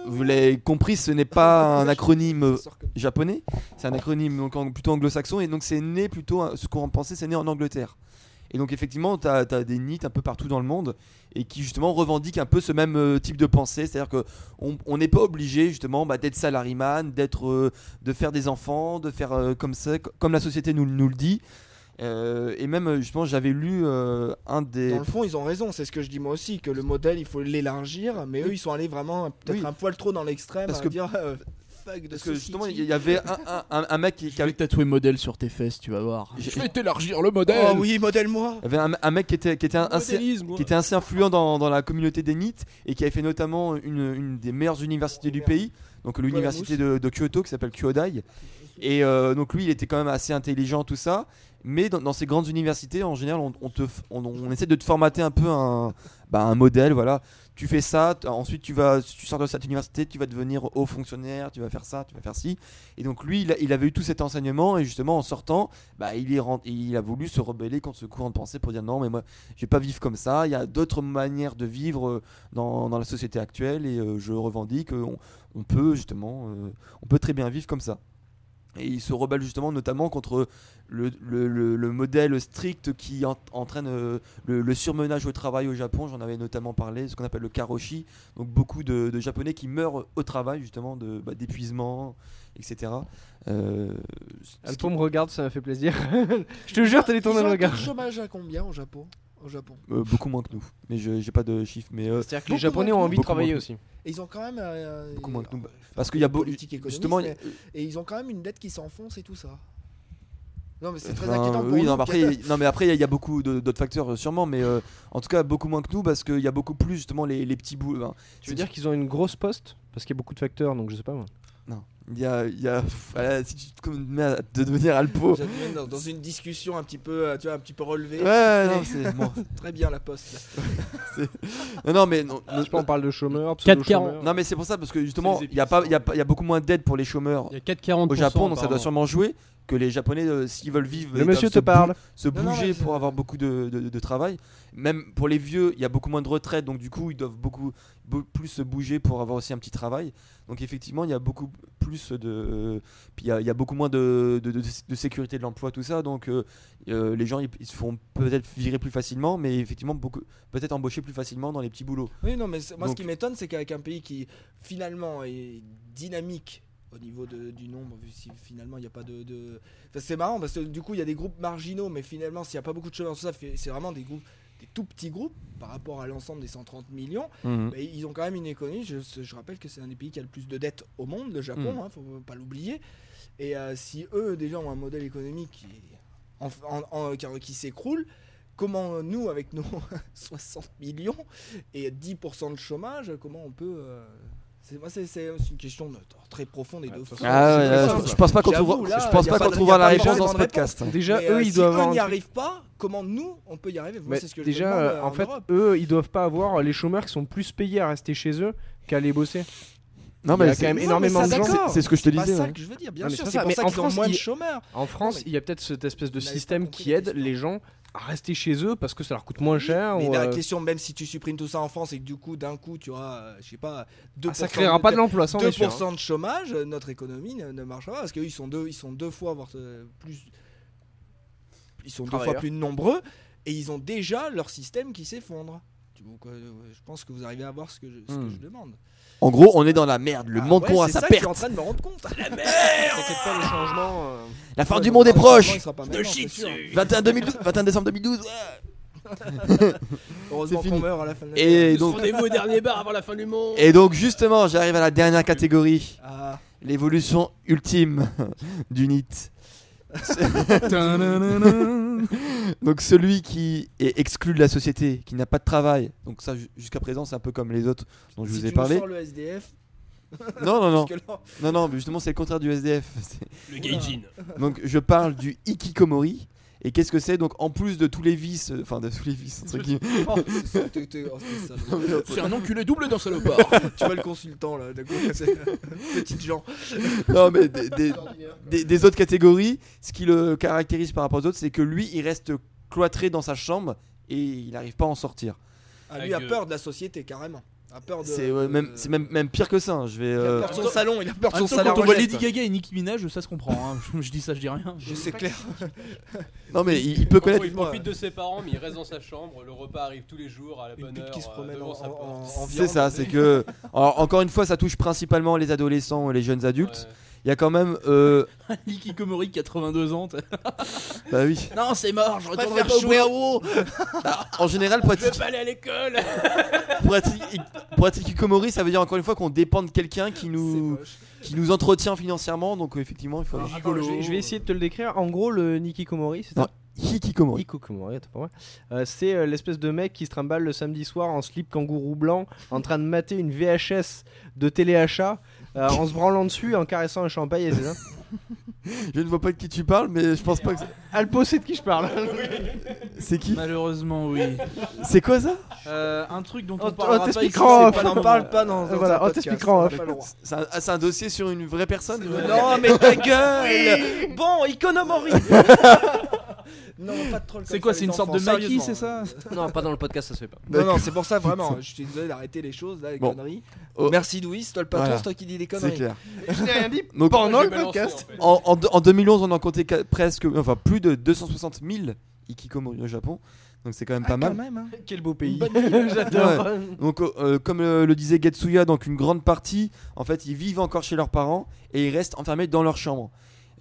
vous l'avez compris, ce n'est pas un acronyme japonais, c'est un acronyme donc ang- plutôt anglo-saxon, et donc c'est né plutôt, euh, ce qu'on pensait, c'est né en Angleterre. Et donc effectivement, tu as, des NIT un peu partout dans le monde, et qui justement revendiquent un peu ce même euh, type de pensée, c'est-à-dire que on on n'est pas obligé justement bah, d'être salariman, d'être, euh, de faire des enfants, de faire euh, comme ça, co- comme la société nous, nous le dit. Euh, et même euh, justement, j'avais lu euh, un des Dans le fond, ils ont raison, c'est ce que je dis moi aussi, que le modèle, il faut l'élargir, mais eux, ils sont allés vraiment peut-être Oui. un poil trop dans l'extrême, Parce à que- dire euh, fuck de parce que justement, il society. y avait un, un- un- un mec qui, qui Je vais avait, tatouer modèle sur tes fesses, tu vas voir. J'ai- Je vais t'élargir le modèle. Oh oui, modèle-moi avait un- un mec qui était, qui était un- assez, Modélisme, qui était assez influent dans, dans la communauté des NIT et qui avait fait notamment une, une des meilleures universités du pays, donc l'université de, de Kyoto qui s'appelle Kyodai. Et euh, donc lui, il était quand même assez intelligent, tout ça. Mais dans, dans ces grandes universités, en général, on, on te, f- on, on essaie de te formater un peu un, bah, un modèle. Voilà, tu fais ça, t- ensuite tu vas, si tu sors de cette université, tu vas devenir haut fonctionnaire, tu vas faire ça, tu vas faire ci. Et donc lui, il, a- il avait eu tout cet enseignement et justement en sortant, bah, il, est ren- il a voulu se rebeller contre ce courant de pensée pour dire non, mais moi, je vais pas vivre comme ça. Il y a d'autres manières de vivre euh, dans, dans la société actuelle et euh, je revendique euh, on, on peut justement, euh, on peut très bien vivre comme ça. Et il se rebelle justement notamment contre le, le- le- le modèle strict qui en- entraîne euh, le, le surmenage au travail au Japon. J'en avais notamment parlé, ce qu'on appelle le karoshi. Donc beaucoup de, de Japonais qui meurent au travail justement de- bah, d'épuisement, etc. Euh, ce qui- Alpon me regarde, ça m'a fait plaisir. je te jure, t'as les Ils ont tournées un le taux de regard. chômage à combien au Japon au Japon. euh, beaucoup moins que nous. Mais je j'ai pas de chiffres. Mais euh, C'est-à-dire que Beaucoup les Japonais ont moins- envie de beaucoup travailler moins. aussi. Et ils ont quand même. euh, Beaucoup euh, moins que nous. euh, parce qu'il y a beau- politique économiste, justement. mais- il- Et ils ont quand même une dette qui s'enfonce et tout ça. Non, mais c'est très Enfin, inquiétant. Pour oui, nous, non, mais qui- après, non, mais après, il y a- il y, a beaucoup de- d'autres facteurs, euh, sûrement, mais euh, en tout cas, beaucoup moins que nous, parce qu'il y a beaucoup plus, justement, les, les petits bouts. enfin, Tu veux dire qu'ils ont une grosse poste Parce qu'il y a beaucoup de facteurs, donc je sais pas moi. non, il y a. il y a- pff, voilà, si tu te mets à de devenir alpo. Vous êtes même dans, dans une discussion un petit peu, euh, tu vois, un petit peu relevée. Ouais, non, c'est. bon, Très bien la poste. là. non, non, mais. Non, Ah, Je sais pas, on parle de chômeurs, 4,40. pseudo-chômeurs. Ah, bah, non, mais c'est pour ça, parce que justement, C'est les il y, a pas- il y a pas- il y a beaucoup moins d'aide pour les chômeurs Il y a 4,40 au Japon, donc ça doit sûrement jouer. Que les Japonais, euh, s'ils veulent vivre, Le ils monsieur doivent te se bou- parle. se Non, bouger non, mais c'est- pour avoir beaucoup de, de- de travail. Même pour les vieux, il y a beaucoup moins de retraites, donc du coup, ils doivent beaucoup, beau- plus se bouger pour avoir aussi un petit travail. Donc effectivement, il y a beaucoup plus de, puis il y a, il y a beaucoup moins de, de- de- de sécurité de l'emploi, tout ça. Donc euh, euh, les gens, ils, ils se font peut-être virer plus facilement, mais effectivement, beaucoup, peut-être embaucher plus facilement dans les petits boulots. Oui, non, mais c'est- moi, Donc- ce qui m'étonne, c'est qu'avec un pays qui, finalement, est dynamique au niveau de- du nombre, vu si finalement il n'y a pas de. de- Enfin, c'est marrant parce que du coup, il y a des groupes marginaux, mais finalement, s'il n'y a pas beaucoup de chômeurs, tout ça, fait- c'est vraiment des groupes, des tout petits groupes par rapport à l'ensemble des 130 millions. Mmh. Mmh. Mais ils ont quand même une économie. Je, je rappelle que c'est un des pays qui a le plus de dettes au monde, le Japon, Mmh. Mm. hein, faut pas l'oublier. Et euh, si eux, déjà, ont un modèle économique qui, est en- en- en- qui, qui s'écroule, comment euh, nous, avec nos 60 millions et 10% de chômage, comment on peut. euh, c'est moi, c'est- c'est c'est une question de- très profonde et de fond. Ah, C'est ouais, très là, simple. je pense pas qu'on J'avoue, trouvera, là, je pense y a pas pas qu'on de- trouvera y a la pas de réponse dans réponse. ce podcast. Déjà, Mais, eux, euh, ils si doivent avoir. n'y un- arrivent pas, comment nous, on peut y arriver Moi, Mais c'est ce que je déjà, me demande, euh, euh, en fait, Europe. eux, ils doivent pas avoir euh, les chômeurs qui sont plus payés à rester chez eux qu'à aller bosser. Non, Il y a mais quand même c'est- Bah, Non, énormément mais de ça, gens. d'accord. c'est ce que je te C'est pas disais. ça ouais. que je veux dire, bien Non, mais sûr. c'est C'est ça. pour Mais ça en qu'ils ont France, moins de il- chômeurs. En France, mais- il y a peut-être cette espèce de Vous n'avez pas système compris qui la aide question. les gens à rester chez eux parce que ça leur coûte moins cher. Mais ou, la euh, question, même si tu supprimes tout ça en France et que du coup, d'un coup, tu auras, euh, je sais pas, 2%, ah, ça créera pas de l'emploi, ça on est sûr, hein. 2% de chômage, euh, notre économie ne, ne marchera pas parce qu'ils sont deux, ils sont deux fois voire euh, plus, ils sont deux fois Travailleurs. plus nombreux et ils ont déjà leur système qui s'effondre. Donc, euh, je pense que vous arrivez à voir ce que je, ce que Hmm. je demande. En gros, on est dans la merde. Le Ah monde ouais, court à c'est sa ça que je perte. suis en train de me rendre compte. La T'inquiète pas, le changement. euh, La fin Ouais, du donc, monde est malheureusement, il proche sera pas maintenant, c'est sûr. 21, 2012 21 décembre 2012 ouais. Heureusement C'est qu'on fini. meurt à la fin de la Et Donc... donc, Rendez-vous au dernier bar avant la fin du monde. et donc justement, j'arrive à la dernière catégorie, Ah, l'évolution ultime du NIT. Donc celui qui est exclu de la société, qui n'a pas de travail. Donc ça ju- jusqu'à présent, c'est un peu comme les autres dont je si vous ai tu nous parlé. sors le SDF, Non non non. parce que là, Non non, mais justement, c'est le contraire du SDF. C'est- Le gaijin. Donc je parle du ikikomori. Et qu'est-ce que c'est Donc en plus de tous les vices, euh, enfin de tous les vices, entre guillemets. Oh, c'est- t'es- t'es- oh, c'est ça, le- C'est un enculé double d'un salopard. tu vois le consultant là, d'un coup, c'est- petites gens. Non, mais des, des- des- des autres catégories, ce qui le caractérise par rapport aux autres, c'est que lui, il reste cloîtré dans sa chambre. et il n'arrive pas à en sortir. Ah, lui a Avec, euh, peur de la société, carrément. A peur de. C'est ouais, même, c'est même, même pire que ça. hein, Je vais. Il a euh, peur de son salon, il a peur de En son même temps, salon. Ah, quand on voit Lady Gaga et Nicki Minaj, ça se comprend. hein. Je, je dis ça, je dis rien. Je sais clair. Non mais il, il peut connaître. il profite de ses parents, mais il reste dans sa chambre. Le repas arrive tous les jours à la Une bonne pute heure. qui se euh, promène devant en, sa en- porte. en C'est viande. ça, c'est que. Alors, encore une fois, ça touche principalement les adolescents et les jeunes adultes. Ouais. Il y a quand même. euh, Liki Komori, 82 ans. t'as- Bah oui. Bah, Non, c'est mort, je Préfère retournerai pas au jouer à boulot. WoW. En général, pour être, Pas aller à l'école. pour être, pour être hikikomori, ça veut dire encore une fois qu'on dépend de quelqu'un qui nous, qui nous entretient financièrement. Donc, euh, effectivement, il faut. Ah. Attends, je, vais, je vais essayer de te le décrire. En gros, le Niki Komori, c'est Non, Hikikomori. Niko Komori, attends, pas moi. Euh, c'est euh, l'espèce de mec qui se trimballe le samedi soir en slip kangourou blanc, en train de mater une VHS de téléachat, euh, en se branlant dessus et en caressant un champagne. c'est ça Je ne vois pas de qui tu parles, mais je pense pas que. Alpo, c'est de qui je parle. C'est qui Malheureusement, oui. C'est quoi ça Euh, un truc dont On on t- parlera oh, on pas ici, t'expliquera c'est off. pas On normal. n'en parle pas dans. dans Voilà, un on podcast, t'expliquera en n'a off. pas le droit. C'est un, ah, c'est un dossier sur une vraie personne Non, mais ta gueule Bon, Iconomori Non, pas de troll C'est comme quoi, ça, c'est les une sorte enfants, de maquis, sérieusement. c'est ça non, pas dans le podcast, ça se fait pas. Non, non, c'est pour ça, vraiment. Je suis désolé d'arrêter les choses, là, les Bon. conneries. Oh. Merci, Douis, c'est toi le patron, Voilà. c'est toi qui dis les C'est conneries. clair. Je n'ai rien dit Donc, pendant Je le vais balancer, podcast. en fait. En, en, de- en 2011, on en comptait ca- presque, enfin plus de 260 000 ikikomori au Japon. Donc c'est quand même pas Ah, mal. quand même, hein. Quel beau pays. Bonne J'adore. Donc euh, euh, comme euh, le disait Getsuya, donc une grande partie, en fait, ils vivent encore chez leurs parents et ils restent enfermés dans leur chambre.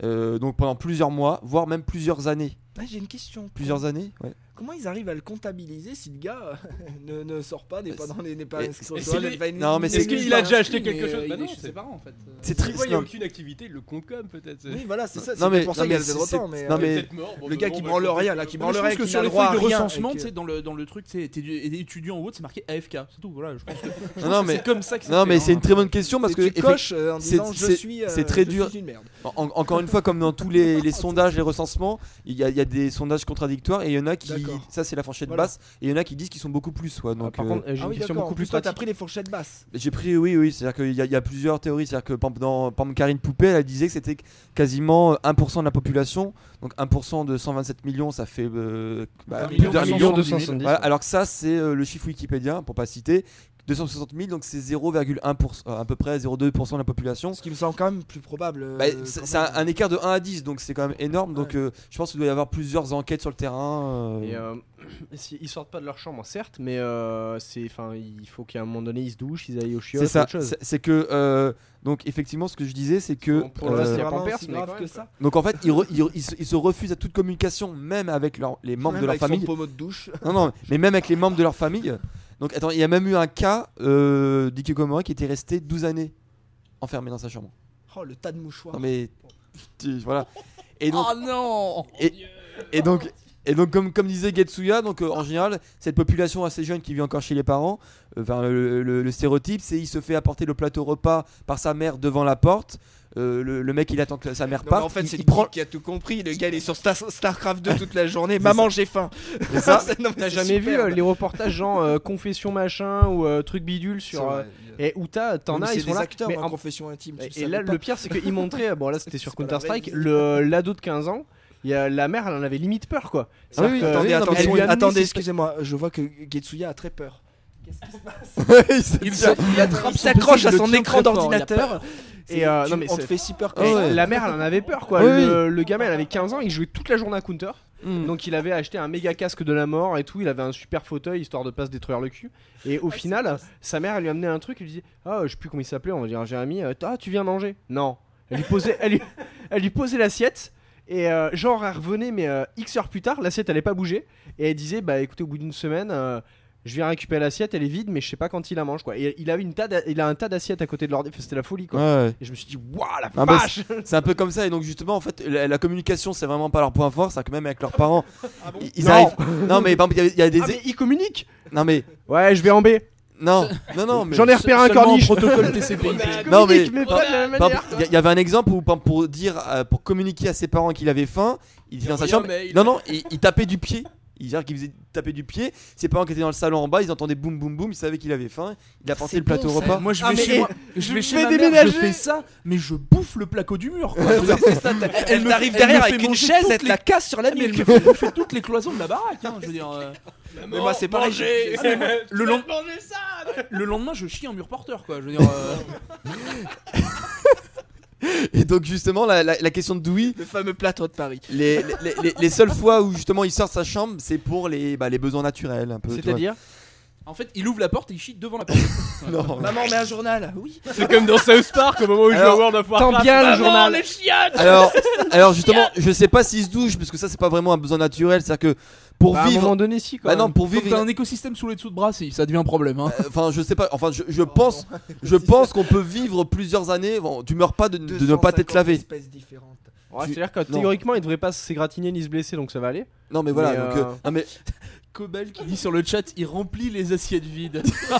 Euh, donc pendant plusieurs mois, voire même plusieurs années. Ah, J'ai une question. Plusieurs années ouais. Comment ils arrivent à le comptabiliser si le gars euh, ne, ne sort pas, n'est pas dans les. n'est pas Et- inscrit sur et le c'est sol, les- n'est pas une- Non, mais Est-ce c'est- qu'il a déjà acheté quelque quelque chose chose Bah non, je sais c'est- pas en fait. C'est Tu vois, triste. il n'y a non. aucune activité, il le compte comme peut-être. Oui, voilà, c'est ça. Non, mais- C'est pour ça non, qu'il y a mais le droit de c'est- temps. mais, non, euh, mais- Le gars qui bah, branle rien, là, qui Non, mais branle je rien, pense que qui sur n'a les le droit feuilles à de rien, recensement, et tu que- sais, dans le, dans le truc, tu sais, étudiant étudiant en haut, c'est marqué AFK, c'est tout. Voilà, je pense que Non, non, mais, c'est comme ça que non, mais fait, c'est hein. une très bonne question parce c'est que tu effectivement, coches euh, en c'est- disant je c'est- suis. euh, c'est très je dur. suis une merde. En- en- encore une fois, comme dans tous les, les sondages, les recensements, il y, a- il y a des sondages contradictoires et il y en a qui, D'accord. ça c'est la fourchette Voilà. basse, et il y en a qui disent qu'ils sont beaucoup plus. quoi. donc, Par euh, contre, euh, j'ai Ah une oui, question d'accord. En beaucoup plus, plus toi, t'as pratique. pris les fourchettes basses. J'ai pris, oui, oui, c'est-à-dire qu'il y, a- il y a plusieurs théories. C'est-à-dire que, par exemple, dans, par exemple, Karine Poupée, elle disait que c'était quasiment 1% de la population. Donc 1% de 127 millions, ça fait euh, bah, Un plus d'un million million. de- 270. Ah, Voilà, alors que ça, c'est euh, le chiffre Wikipédia, pour pas citer. 260 000, donc c'est 0,1%, euh, à peu près 0,2% de la population. Ce qui me semble quand même plus probable. euh, Bah, quand c'est même. c'est un, un écart de 1 à 10, donc c'est quand même énorme. Donc euh, je pense qu'il doit y avoir plusieurs enquêtes sur le terrain. euh, Et, euh, si- ils sortent pas de leur chambre, certes, mais euh, c'est, enfin, il faut qu'à un moment donné, ils se douchent, ils aillent au chiottes, c'est ça. autre chose. C'est- C'est que, euh, donc effectivement, ce que je disais, c'est que. Bon, pour le reste, euh, il y a vraiment Pampers, si mais grave quand que même, ça. Donc en fait, ils, re- ils re- ils se- ils se refusent à toute communication, même avec leur- les membres Même de leur avec son famille. pommeau de douche. Non, non, mais même avec les membres de leur famille. Donc attends, il y a même eu un cas euh, d'Ikikomori qui était resté 12 années enfermé dans sa chambre. Oh, le tas de mouchoirs. Non mais tu- voilà. Et donc, Oh non et donc, et donc comme, comme disait Getsuya, donc euh, en général, cette population assez jeune qui vit encore chez les parents, euh, enfin, le, le- le stéréotype, c'est il se fait apporter le plateau repas par sa mère devant la porte. Euh, le, le mec, il attend que sa mère Non, mais parte. en fait, il- c'est il le prend geek qui a tout compris. Le gars, il est sur Star- StarCraft 2 toute la journée. C'est Maman, j'ai faim. C'est ça. C'est- non, mais T'as c'est jamais vu superbe. euh, les reportages genre euh, confession machin ou euh, truc bidule sur euh, et où t'as t'en Mais as c'est ils sont des là acteurs hein, mais dans en- Confession Intime. tu et- le et savais là pas. le pire c'est qu'ils montraient euh, bon là c'était sur C'est pas la Counter Strike vraie vie. le l'ado de 15 ans il y a la mère elle en avait limite peur quoi Ah oui, C'est-à-dire que- oui, non, mais Attendez, attendez, elle lui a amené attendez, ses- excusez-moi. Je vois que Getsuya a très peur. Qu'est-ce qui se passe il s'est Il dit- se- il attrape Il s'accroche pouce, à il le son tient écran très fort, il a d'ordinateur. Et, C'est- euh, tu- non, mais on te c'est- fait si peur. Ah que- ouais. la mère elle en avait peur quoi Oui, le, le gamin elle avait 15 ans il jouait toute la journée à Counter Hmm. donc il avait acheté un méga casque de la mort et tout il avait un super fauteuil histoire de pas se détruire le cul et au final sa mère elle lui amenait un truc elle lui disait ah je sais plus comment il s'appelait on va dire Jérémy euh, ah tu viens manger non elle lui posait elle lui, elle lui posait l'assiette et euh, genre elle revenait mais euh, X heures plus tard l'assiette elle allait pas bouger et elle disait bah écoutez au bout d'une semaine euh, je viens récupérer l'assiette, elle est vide, mais je sais pas quand il la mange quoi. Et il avait une tas, d'a- il a un tas d'assiettes à côté de l'ordi, Enfin, c'était la folie quoi. Ouais, ouais. Et je me suis dit, waouh, la Ah bah, vache C'est un peu comme ça et donc justement en fait la, la communication c'est vraiment pas leur point fort, c'est que même avec Ah leurs parents ils, ils Non. arrivent. Non mais par exemple, il y a- il y, a des Ah, mais ils communiquent Ah, non mais Ouais, je vais en B. non non non mais J'en ai repéré un Seulement en corniche. protocole TCP. Ils Non, mais- communiquent, Ah, mais pas de la même par manière. exemple, il y a- il y avait un exemple où par exemple, pour dire euh, pour communiquer à ses parents qu'il avait faim, il était dans sa envoyait chambre. un mail. Non non, il, il tapait du pied. Il- Il dire qu'il faisait taper du pied. Ses parents qui étaient dans le salon en bas, ils entendaient boum boum boum, ils savaient qu'il avait faim. Il a porté C'est le plateau bon, ça. repas. Moi je Ah, vais mais chez eh, moi, je je vais me chez fais ma mère, je déménager. fais ça, mais je bouffe le placo du mur. quoi. Ouais, C'est ça, t'as- elle me- t'arrive elle derrière me fait avec une manger chaise, toutes elle te la les- casse sur la Mais elle nuque. me fait bouffer toutes les cloisons de la baraque. hein, je veux dire, euh, Mais moi, c'est pareil. manger. j'ai- le, lend- le lendemain, je chie en mur porteur. Quoi. Je veux dire, euh, Et donc justement, la, la- la question de Dewey, Le fameux plateau de Paris. les, les, les- les- les seules fois où justement il sort de sa chambre, c'est pour les, bah, les besoins naturels un peu. tu vois. C'est-à-dire en fait, il ouvre la porte et il chie devant la porte. Non. Maman, met un journal. Oui. C'est comme dans South Park au moment où il joue à Alors, World of Warcraft. Tant bien le Maman, journal le chien Alors, alors justement, je sais pas s'il se douche parce que ça c'est pas vraiment un besoin naturel, c'est-à-dire que pour Bah, À un vivre, moment donné, si, quand bah non, même. pour Quand vivre, t'as un écosystème sous les dessous de bras, c'est- ça devient un problème. hein. euh, enfin je sais pas, enfin je, je pense, je pense qu'on peut vivre plusieurs années. Bon, tu meurs pas de, de ne pas t'être lavé. Ouais, tu- C'est-à-dire que non. théoriquement, il devrait pas s'égratigner ni se blesser, donc ça va aller. Non mais voilà, Mais, donc, euh, euh, non, mais Cobel qui dit sur le chat, il remplit les assiettes vides. Oh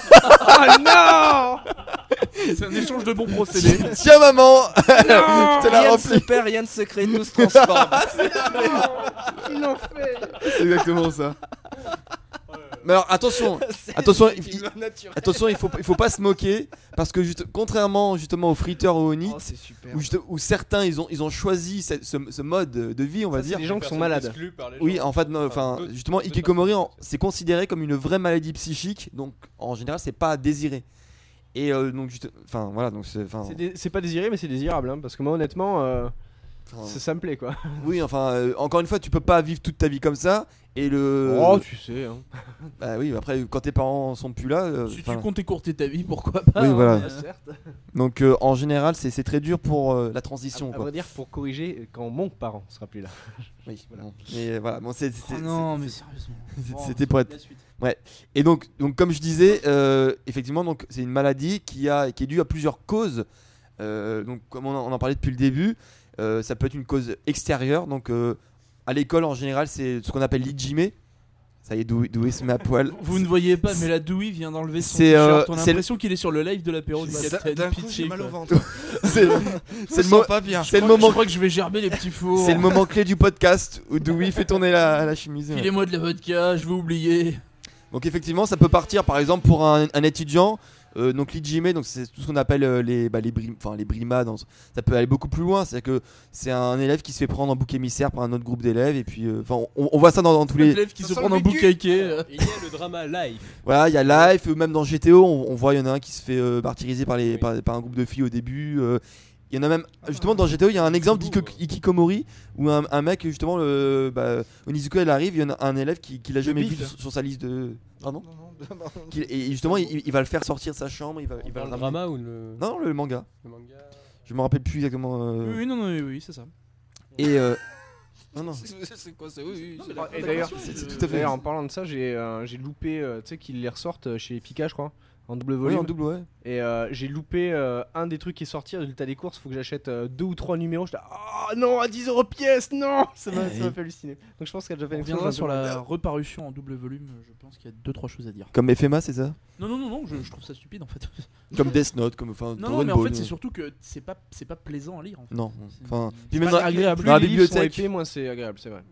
C'est un échange de bons procédés. tiens maman, je te la Rien ne se remplis. perd, rien ne se crée, tout se transforme. non Il en fait C'est exactement ça. Mais alors attention, Attention, il- il- attention, il faut il faut pas se moquer parce que juste contrairement justement aux friteurs ou aux nids, Oh, c'est super. où, juste- où certains ils ont ils ont choisi ce, ce- ce mode de vie, on va c'est dire. les gens qui sont malades. Oui, en fait, non, enfin, d'autres- justement, d'autres Ikikomori, personnes. c'est considéré comme une vraie maladie psychique, donc en général, c'est pas à désirer. Et euh, donc, juste- enfin, voilà, donc c'est. enfin, C'est dé- C'est pas désiré, mais c'est désirable, hein, parce que moi, honnêtement, euh, enfin, ça, ça me plaît quoi. oui, enfin, euh, encore une fois, tu peux pas vivre toute ta vie comme ça. Et le. Oh, tu sais. hein. Bah oui, après, quand tes parents sont plus là. euh, Si tu enfin, comptes écourter ta vie, pourquoi pas Oui, hein, voilà. Ah, mais, euh, donc, euh, en général, c'est c'est très dur pour euh, la transition. Ah, À quoi. vrai dire, pour corriger, euh, quand mon parent sera plus là. Oui, bon. Mais voilà, bon, c'est- c'est- Ah Oh non, mais sérieusement. c'est- Bon, c'était pour être la suite. Et donc, donc comme je disais, euh, effectivement, donc c'est une maladie qui a, qui est due à plusieurs causes. Euh, donc, comme on en, on en parlait depuis le début, euh, ça peut être une cause extérieure. Donc, euh, à l'école en général, c'est ce qu'on appelle l'ijime. Ça y est, Doué, Doué se met à poil. Vous ne voyez pas, mais la Dewey vient d'enlever son C'est, euh, t-shirt. On a c'est le- l'impression qu'il est sur le live de l'apéro du Capitaine Bah, D'un coup, Pitché, j'ai mal au quoi. ventre. C'est C'est le mo- pas bien. c'est le Je moment, crois que je vais gerber les petits fours. c'est le moment clé du podcast où Doué fait tourner la, la chemise. ouais. Filez-moi de la vodka, je vais oublier. Donc effectivement, ça peut partir par exemple pour un, un étudiant. euh, donc l'IJME, donc c'est tout ce qu'on appelle euh, les, bah, les, brim- enfin, les brimades. en- Ça peut aller beaucoup plus loin. C'est que c'est un élève qui se fait prendre en bouc émissaire par un autre groupe d'élèves. Et puis, euh, enfin, on, on voit ça dans, dans tous Les les. élèves qui Ça se sent prennent le un vécu. boucaquet. Il y a le drama live. Voilà, il y a Life, ou même dans GTO, on, on voit il y en a un qui se fait euh, martyriser par, les, Oui. par, par un groupe de filles au début. euh, Il y en a même justement dans GTO, il y a un exemple Ikigo, d'Ikiko- Ikikomori où un, un mec justement, le, bah, Onizuka, elle arrive, il y en a un élève qui, qui l'a jamais vu bif. sur, sur sa liste de. Pardon Non, non, non, non. Qui- Et justement, il, il va le faire sortir de sa chambre, Euh, il va, il va le ramener. drama ou le, Non, non, le manga. le manga Je me rappelle plus exactement. euh, Oui, oui, non, non, oui, oui, c'est ça. Et euh, non, non. C'est c'est quoi ça Oui, oui, Oh, c'est- Et d'ailleurs, c'est- c'est euh, tout à fait- D'ailleurs, en parlant de ça, j'ai euh, j'ai loupé, euh, tu sais, qu'ils les ressortent euh, chez Pika, je crois, en double Oui, volume. en double, ouais. Et euh, j'ai loupé euh, un des trucs qui est sorti, résultat des courses, faut que j'achète euh, deux ou trois numéros. J'étais, ah non, à 10 euros pièce, non Ça m'a ça m'a fait halluciner. Donc je pense qu'elle a déjà fait On une reviendra expérience euh, sur un peu- la reparution en double volume. Je pense qu'il y a deux trois choses à dire. Comme FMA, c'est ça Non, non, non, non, je, je trouve ça stupide en fait. Comme Death Note, comme Non, enfin. Dragon non, mais en Ball, fait, c'est euh, surtout que c'est pas, c'est pas plaisant à lire. En fait. Non, C'est- enfin. c'est Puis même pas dans- agréable. Plus Dans la les livres sont bibliothèque. épais, moins c'est agréable, c'est vrai.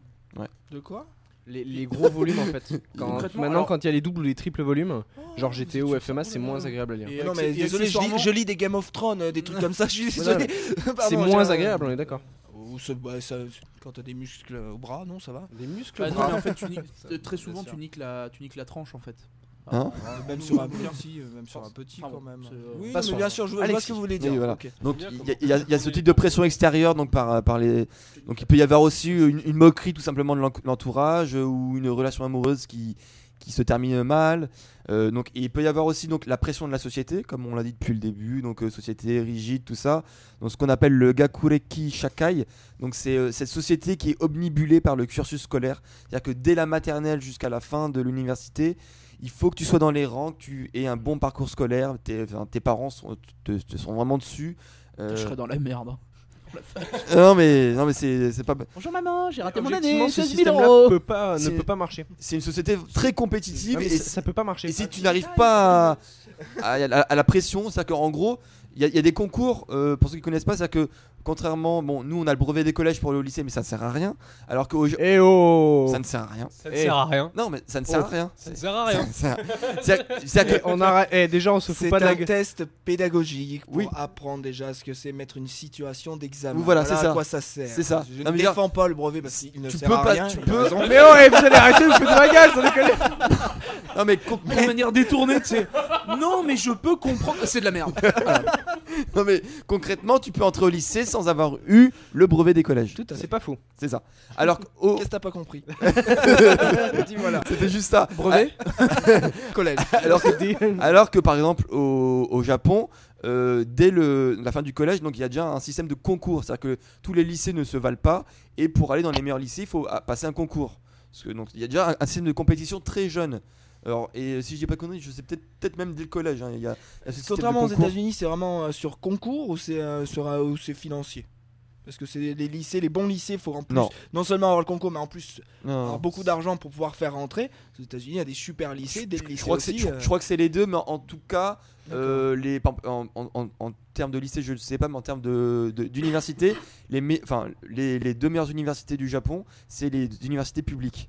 De quoi Les, les gros volumes en fait. Quand- Concrètement, maintenant, alors- quand il y a les doubles ou les triples volumes, Oh, genre GTO, FMA, c'est moins agréable à lire. Et Non, mais accé- et désolé, je accessoirement- lis, je lis des Game of Thrones, euh, des trucs comme ça, je suis Voilà. désolé. Pardon, C'est j'ai moins un- agréable, on est d'accord. Ou ça- bah, ça- quand t'as des muscles au bras, non, ça va Des muscles. Ah, Bah non, mais en fait, tu niques- euh, très bien souvent, sûr. tu niques, la, tu niques la tranche en fait. Ah, Hein Même sur un bouquin, si, euh, même sur un petit Pardon, quand même. c'est, euh, Oui, passons. mais bien sûr, je vois, je vois ce que vous voulez dire. Oui, voilà. ok. Donc Bien, il comment- y, a- il y a- il y a ce type de pression extérieure, donc par, par les. Donc il peut y avoir aussi une, une moquerie tout simplement de l'en- l'entourage euh, ou une relation amoureuse qui qui se termine mal. Euh, donc il peut y avoir aussi donc la pression de la société, comme on l'a dit depuis le début, donc euh, société rigide, tout ça. Donc ce qu'on appelle le gakureki shakai. Donc c'est euh, cette société qui est omnibulée par le cursus scolaire, c'est-à-dire que dès la maternelle jusqu'à la fin de l'université, il faut que tu sois dans les rangs, que tu aies un bon parcours scolaire, tes, enfin, tes parents sont, te, te sont vraiment dessus. Euh, Je serais dans la merde. non mais non mais c'est c'est pas Bonjour maman, j'ai raté mon Effectivement, année, ce 16 000 système-là euros peut pas, ne C'est- peut pas marcher. c'est une société très compétitive Non, mais et, ça, ça peut pas marcher. et si tu n'arrives pas à, à- à la- à la pression, c'est-à-dire qu'en gros, il y, a- il y a des concours, euh, pour ceux qui ne connaissent pas, c'est-à-dire que Contrairement, bon, nous on a le brevet des collèges pour aller au lycée, mais ça ne sert à rien. Alors que aujourd'hui- Eh oh ça ne sert à rien. Ça ne Eh. sert à rien. Non, mais ça ne sert Oh. à rien. Ça ne sert à rien. Ça- ça- c'est- c'est à que- Eh, on arrête- eh, déjà, on se fout C'est pas de la un gueule. test pédagogique pour Oui. apprendre déjà ce que c'est mettre une situation d'examen. Oui, voilà, c'est ça. à quoi ça sert. C'est ça. Je Non, ne mais genre- défends pas le brevet parce qu'il ne Tu sert peux à pas- rien. tu il a peux- raison. Mais oh, eh, vous allez arrêter, vous faites de la gueule, sans déconner Non, mais com- De manière détournée, tu sais. Non, mais je peux comprendre. C'est de la merde. non, mais concrètement, tu peux entrer au lycée sans avoir eu le brevet des collèges. Tout à fait. C'est pas faux. C'est ça. Alors que au- Qu'est-ce que t'as pas compris Dis voilà. c'était juste ça. Brevet Collège. Ah, Alors que Ah, Alors que par exemple au, au Japon, euh, dès le, la fin du collège, donc il y a déjà un système de concours, c'est-à-dire que tous les lycées ne se valent pas, et pour aller dans les meilleurs lycées, il faut ah, passer un concours. Parce que donc il y a déjà un, un système de compétition très jeune. Alors et euh, si je dis pas de conneries, je sais peut-être peut-être même dès le collège. hein, il y a, il y a ce système de Contrairement aux concours. États-Unis, c'est vraiment euh, sur concours ou c'est euh, sur euh, ou c'est financier Parce que c'est les lycées, les bons lycées, faut en plus Non. non, seulement avoir le concours, mais en plus Non. avoir beaucoup d'argent pour pouvoir faire rentrer. Aux États-Unis, il y a des super lycées, des Je lycées crois, que c'est- aussi. je- euh, je crois que c'est les deux, mais en- en tout cas, d'accord. euh, les, par- en, en- en- en termes de lycée, je ne sais pas, mais en termes de- de- d'université, les, me- enfin, les, les deux meilleures universités du Japon, c'est les universités publiques.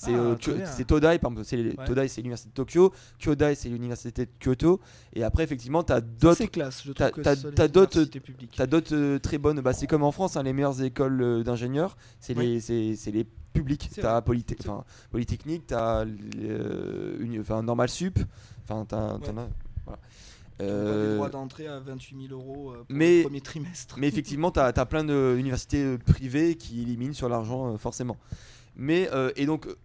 C'est Ah, euh, très Kyo- bien. c'est Todai, par exemple, c'est les- Ouais. Todai, c'est l'université de Tokyo, Kyodai, c'est l'université de Kyoto, et après, effectivement, tu as d'autres. c'est classe, je t'as- trouve que t'as- ce sont les t'as d'autres- universités publiques. T'as d'autres euh, très bonnes, bah, c'est comme en France, hein, les meilleures écoles euh, d'ingénieurs, c'est Oui. les, c'est- c'est les publics. C'est T'as Polyte- enfin, Polytechnique, t'as euh, une- enfin, Normal Sup, enfin t'as- Ouais. t'en as- voilà. On a des Euh, droits d'entrée à 28 000 euros euh, pour mais- le premier trimestre. mais effectivement, t'as as plein d'universités privées qui éliminent sur l'argent euh, forcément. Mais euh, et donc, euh,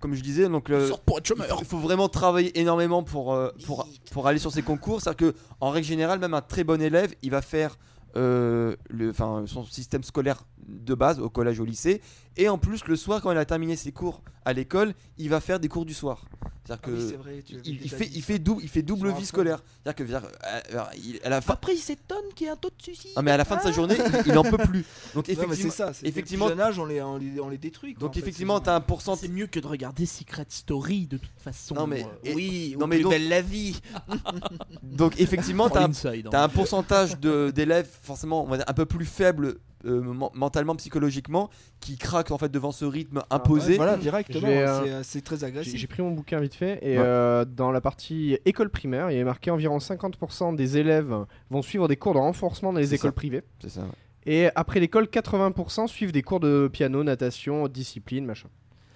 comme je disais, donc le- Sors pour être il chômeur. faut- faut vraiment travailler énormément pour, euh, pour, pour aller sur ces concours. C'est-à-dire qu'en règle générale, même un très bon élève, il va faire euh, le, enfin, son système scolaire de base au collège, au lycée. Et en plus, le soir, quand il a terminé ses cours à l'école, il va faire des cours du soir. C'est-à-dire Ah oui, que c'est vrai, tu il- avais il, déjà fait, dit il, ça. fait double, il fait Ils double sont à vie fond. scolaire. C'est-à-dire que vers- euh, vers- il- à la fin, Après, il s'étonne qu'il y ait un taux de suicide. ah, mais à la fin de sa journée, il- il en peut plus. Donc Non, mais c'est effectivement, ça, c'est effectivement- effectivement. Dès le plus jeune âge, on les, on les, on les détruit. quoi, donc en fait, effectivement, ces t'as un Tant- pourcentage. C'est mieux que de regarder Secret Story de toute façon. Non, mais- euh, et- oui, non, ou mais plus donc- belle la vie. Donc effectivement, Prends t'as un l'inside, hein. T'as un pourcentage de- d'élèves forcément on va dire, un peu plus faible euh, men- mentalement, psychologiquement, qui craquent en fait devant ce rythme gens. imposé. Ouais, Ah, voilà, Je directement, vais, hein, euh, c'est, euh, c'est très J'ai j'ai agressif. pris mon bouquin vite fait et Ouais. euh, dans la partie école primaire, il est marqué environ 50% des élèves vont suivre des cours de renforcement dans les C'est écoles ça. privées. C'est ça. ouais. Et après l'école, 80% suivent des cours de piano, natation, discipline, machin.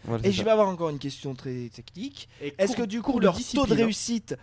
Voilà, Et c'est je ça. vais avoir encore une question très technique. Est-ce que du coup, cours de leurs taux de discipline, hein. réussite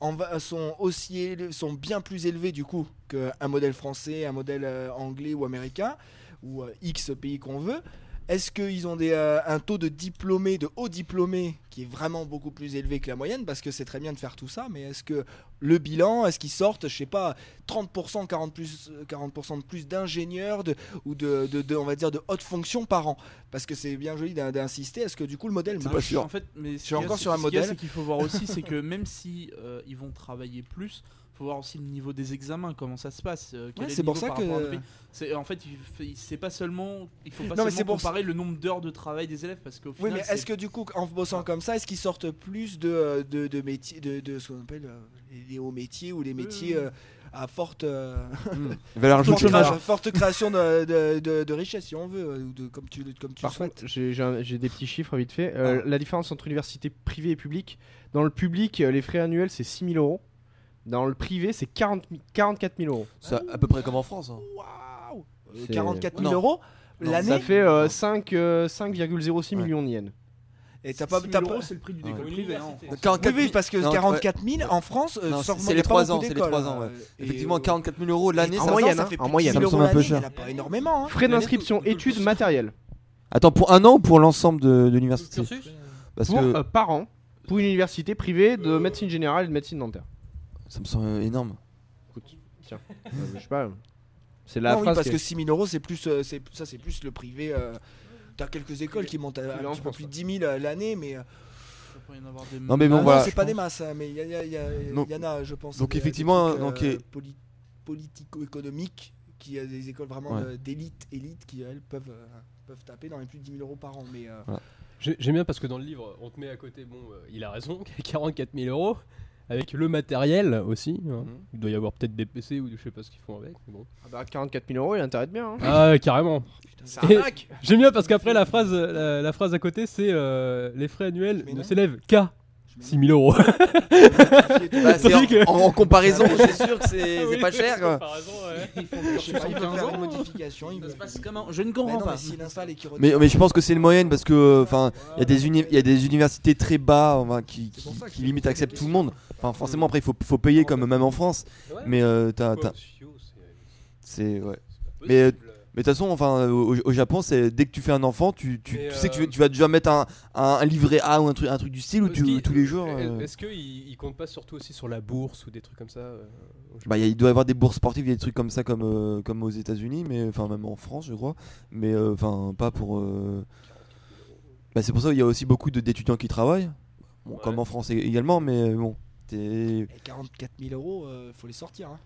en va- sont aussi éle- sont bien plus élevés du coup qu'un modèle français, un modèle euh, anglais ou américain ou euh, X pays qu'on veut Est-ce qu'ils ont des, euh, un taux de diplômés, de hauts diplômés, qui est vraiment beaucoup plus élevé que la moyenne Parce que c'est très bien de faire tout ça, mais est-ce que le bilan, est-ce qu'ils sortent, je sais pas, 30%, 40%, plus, euh, 40 de plus d'ingénieurs de, ou de, de, de- on va dire, de hautes fonctions par an Parce que c'est bien joli d'in- d'insister, est-ce que du coup le modèle C'est marche pas sûr. En fait, mais suis encore sur un modèle. Ce qu'il faut voir aussi, c'est que même si euh, ils vont travailler plus, faut voir aussi le niveau des examens, comment ça se passe. euh, quel Ouais, est le c'est pour niveau ça par rapport à que- un pays. C'est- en fait, il fait- c'est pas seulement, il faut pas Non, mais c'est seulement pour ça- comparer le nombre d'heures de travail des élèves parce qu'au Oui, final, mais c'est- est-ce que du coup, en bossant comme ça, est-ce qu'ils sortent plus de, euh, de, de métiers, de, de ce qu'on appelle euh, les- les hauts métiers ou les métiers euh, à forte, euh, Mm. Valeur forte, ajoutée. cré- forte création de, de, de- de richesse, si on veut, euh, ou de, comme tu, le- comme tu le Par souhaites contre, j'ai j'ai un- j'ai des petits chiffres vite fait. Euh, La différence entre université privée et publique, dans le public, euh, les frais annuels c'est 6 000 euros. Dans le privé, c'est 40 000 44 000 euros. C'est à peu près comme en France. hein. Waouh Euh, C'est- 44 000 Non. euros Non, Ça l'année fait euh, 5, euh, 5,06 Ouais. millions de yens. Et t'as pas. 6 000 t'as pas- euros, c'est le prix d'une Ouais. école Une privée. hein, en université. France. 44 Oui, oui, parce que Non, 44 000 en France, euh, Non, ça c'est- remonte c'est les pas trois beaucoup ans, c'est les d'écoles, trois ans, ouais. euh, et, Effectivement, euh, 44 000 euros l'année. En ça- ça, moyenne, ça hein, fait en plus de moyenne. 10 000 Ça me semble euros un peu l'année, cher. elle a pas énormément. hein. Frais Mais d'inscription, allez, on peut- études, matériel. Attends, pour un an ou pour l'ensemble de, de Le l'université cursus Parce Pour, que euh, par an, pour une université privée de médecine générale et de médecine dentaire. ça me semble énorme. Euh, je sais pas. C'est la Non, Ah oui, phrase. parce qui- que 6 000 euros, c'est plus, euh, c'est- ça, c'est plus le privé. euh, T'as quelques écoles qui montent à, Privé un en petit peu France, plus ouais. de 10 000 euh, l'année, mais. euh, Il peut y en avoir des- Non, mais bon, ah non, voilà. c'est pas des masses, hein, mais il y, a- y a- y a- y Donc- en a, je pense. donc des- des effectivement, trucs, donc, et- poli- politico-économiques, qui a des écoles vraiment Ouais. de- d'élite, élite, qui elles peuvent, euh, peuvent taper dans les plus de 10 000 euros par an. Mais euh, J'ai- J'aime bien parce que dans le livre, on te met à côté, bon, euh, il a raison, 44 000 euros. avec le matériel aussi. hein. Il doit y avoir peut-être des PC ou je sais pas ce qu'ils font avec. mais bon. Ah bah 44 000 euros, il a intérêt de bien. hein. Ah, carrément. C'est un Et- hack J'aime bien parce qu'après la phrase, la, la phrase à côté, c'est euh, les frais annuels Mais ne non. s'élèvent qu'à 6000 euros. Bah, c'est Tandis que- en, en- en comparaison, c'est sûr que c'est c'est Oui, pas cher. quoi. comparaison, ouais. Je sais pas, il peut 75 faire une ans. modification. il Ça se veut- passe comment Je ne Bah non, comprends pas. mais s'il installe et qu'il Mais, retire- mais je pense que c'est le moyenne parce que enfin il y a des uni- il y a des universités très bas enfin, qui, qui, pour ça qui qu'il limite faut acceptent des tout le monde. Enfin forcément après il faut, faut payer comme même en France. Mais euh, t'as- t'as- euh, c'est ouais. Mais, euh, Mais de toute façon enfin au, au Japon c'est dès que tu fais un enfant tu, tu, Mais, tu sais que euh, tu, tu vas déjà mettre un, un, un livret A ou un truc un truc du style où Parce tu, qu'il- tous les jours. euh, Est-ce qu'ils ils comptent pas surtout aussi sur la bourse ou des trucs comme ça euh, au Japon Bah, il y a- il doit y avoir des bourses sportives, il y a des trucs comme ça comme, euh, comme aux États-Unis, mais enfin même en France, je crois. Mais euh, enfin pas pour. euh, Bah, c'est pour ça qu'il y a aussi beaucoup de- d'étudiants qui travaillent, Bon, Ouais. comme en France ég- également, mais euh, bon. t'es- Et 44 000 Eh, euros, euh, faut les sortir. hein.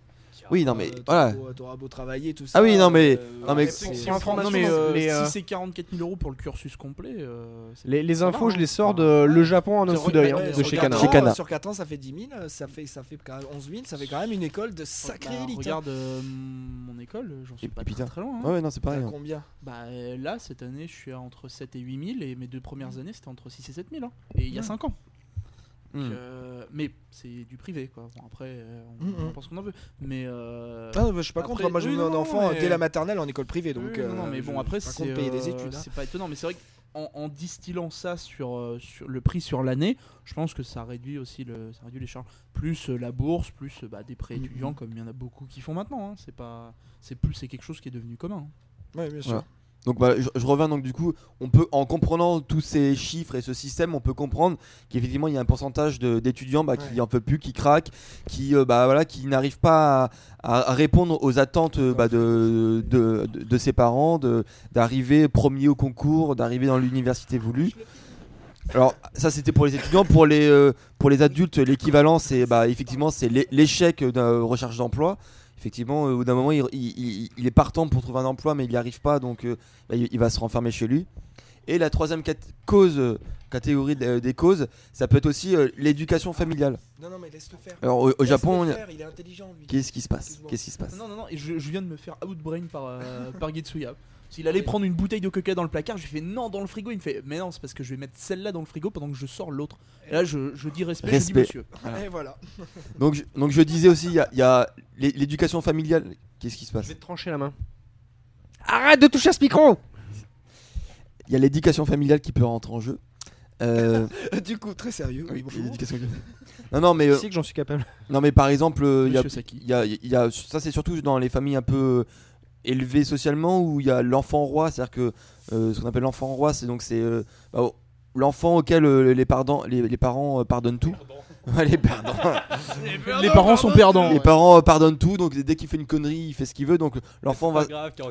Oui, non mais Euh, t'auras voilà. beau- T'auras beau travailler, tout ça. Ah oui, non, mais- euh, non, mais- Si- c'est- c'est- si- information non, mais, dans euh, les, euh, si c'est 44 000 euros pour le cursus complet, euh, c'est- Les, les ça infos, va, je hein. les sors de le Japon en un C'est coup d'œil, hein, regardé, c'est de chez regardé. Canard. Chez Cana. Sur 4 ans, ça fait 10 000, ça fait, ça fait quand même 11 000, ça fait quand même une école de sacrée Bah, élite. hein. Regarde euh, mon école, j'en suis Et- pas et puis, très, tiens. très loin. hein. Ouais, ouais, non, c'est pareil. T'as hein. combien Bah euh, là, cette année, je suis à entre 7 et 8 000 et mes deux premières années, c'était entre 6 et 7 000. hein. Et il y a Mm. 5 ans. Mm. Hmm. Euh, mais c'est du privé, quoi. Bon, après, euh, on, Mm, mm. on pense qu'on en veut. Mais. euh, Ah, bah, je suis pas contre, Après- moi j'ai oui, eu non, un non, enfant euh, mais- dès la maternelle en école privée, oui, donc. oui, non, non, euh, mais je- bon, après, je suis c'est. pas contre payer des euh, études. hein. C'est pas étonnant, mais c'est vrai qu'en en distillant ça sur, euh, sur le prix sur l'année, je pense que ça réduit aussi le, ça réduit les charges. Plus euh, la bourse, plus euh, bah, des prêts Mm, étudiants, comme il y en a beaucoup qui font maintenant. hein. C'est pas, c'est plus, c'est quelque chose qui est devenu commun. hein. Ouais, bien sûr. Voilà. Donc bah, je, je reviens donc du coup, on peut en comprenant tous ces chiffres et ce système, on peut comprendre qu'effectivement il y a un pourcentage de- d'étudiants bah, qui Ouais. en peut plus, qui craquent, qui euh, bah voilà, qui n'arrivent pas à, à- à répondre aux attentes euh, bah, de, de, de- de ses parents, de- d'arriver premier au concours, d'arriver dans l'université voulue. Alors ça c'était pour les étudiants, pour les euh, pour les adultes l'équivalent c'est bah effectivement c'est l'é- l'échec de recherche d'emploi. Effectivement, euh, au bout d'un moment, il, il- il- il est partant pour trouver un emploi, mais il n'y arrive pas, donc euh, bah, il, il va se renfermer chez lui. Et la troisième cat- cause, euh, catégorie d- euh, des causes, ça peut être aussi euh, l'éducation familiale. Non, non, mais laisse-le faire. Alors Euh, au, au Laisse-le Japon, il y a- faire, il est intelligent lui. qu'est-ce qui se passe Excuse-moi. Qu'est-ce qui se passe Non, non, non, et je, je viens de me faire outbrain par, euh, par Getsuya. S'il allait prendre une bouteille de coca dans le placard, je lui fais non dans le frigo. Il me fait mais non, c'est parce que je vais mettre celle-là dans le frigo pendant que je sors l'autre. Et là, je, je dis respect, je dis Respect. monsieur. Voilà. Et voilà. Donc, je, donc je disais aussi, il y a- il y a l'é- l'éducation familiale. Qu'est-ce qui se Je passe vais te trancher la main. Arrête de toucher à ce micro Il y a l'éducation familiale qui peut rentrer en jeu. Euh, du coup, très sérieux. Oui, bonjour. l'éducation- non, non, mais Je euh, sais que j'en suis capable. non, mais par exemple, euh, il y a Monsieur Saki. Il y a- il y a- ça, c'est surtout dans les familles un peu euh, élevées socialement où il y a l'enfant roi, c'est-à-dire que euh, ce qu'on appelle l'enfant roi, c'est donc c'est euh, bah, oh, l'enfant auquel euh, les, pardon- les, les parents euh, pardonnent tout. Ouais, les pardons. Les parents sont perdants. les parents euh, pardonnent tout, donc dès qu'il fait une connerie, il fait ce qu'il veut, donc l'enfant va,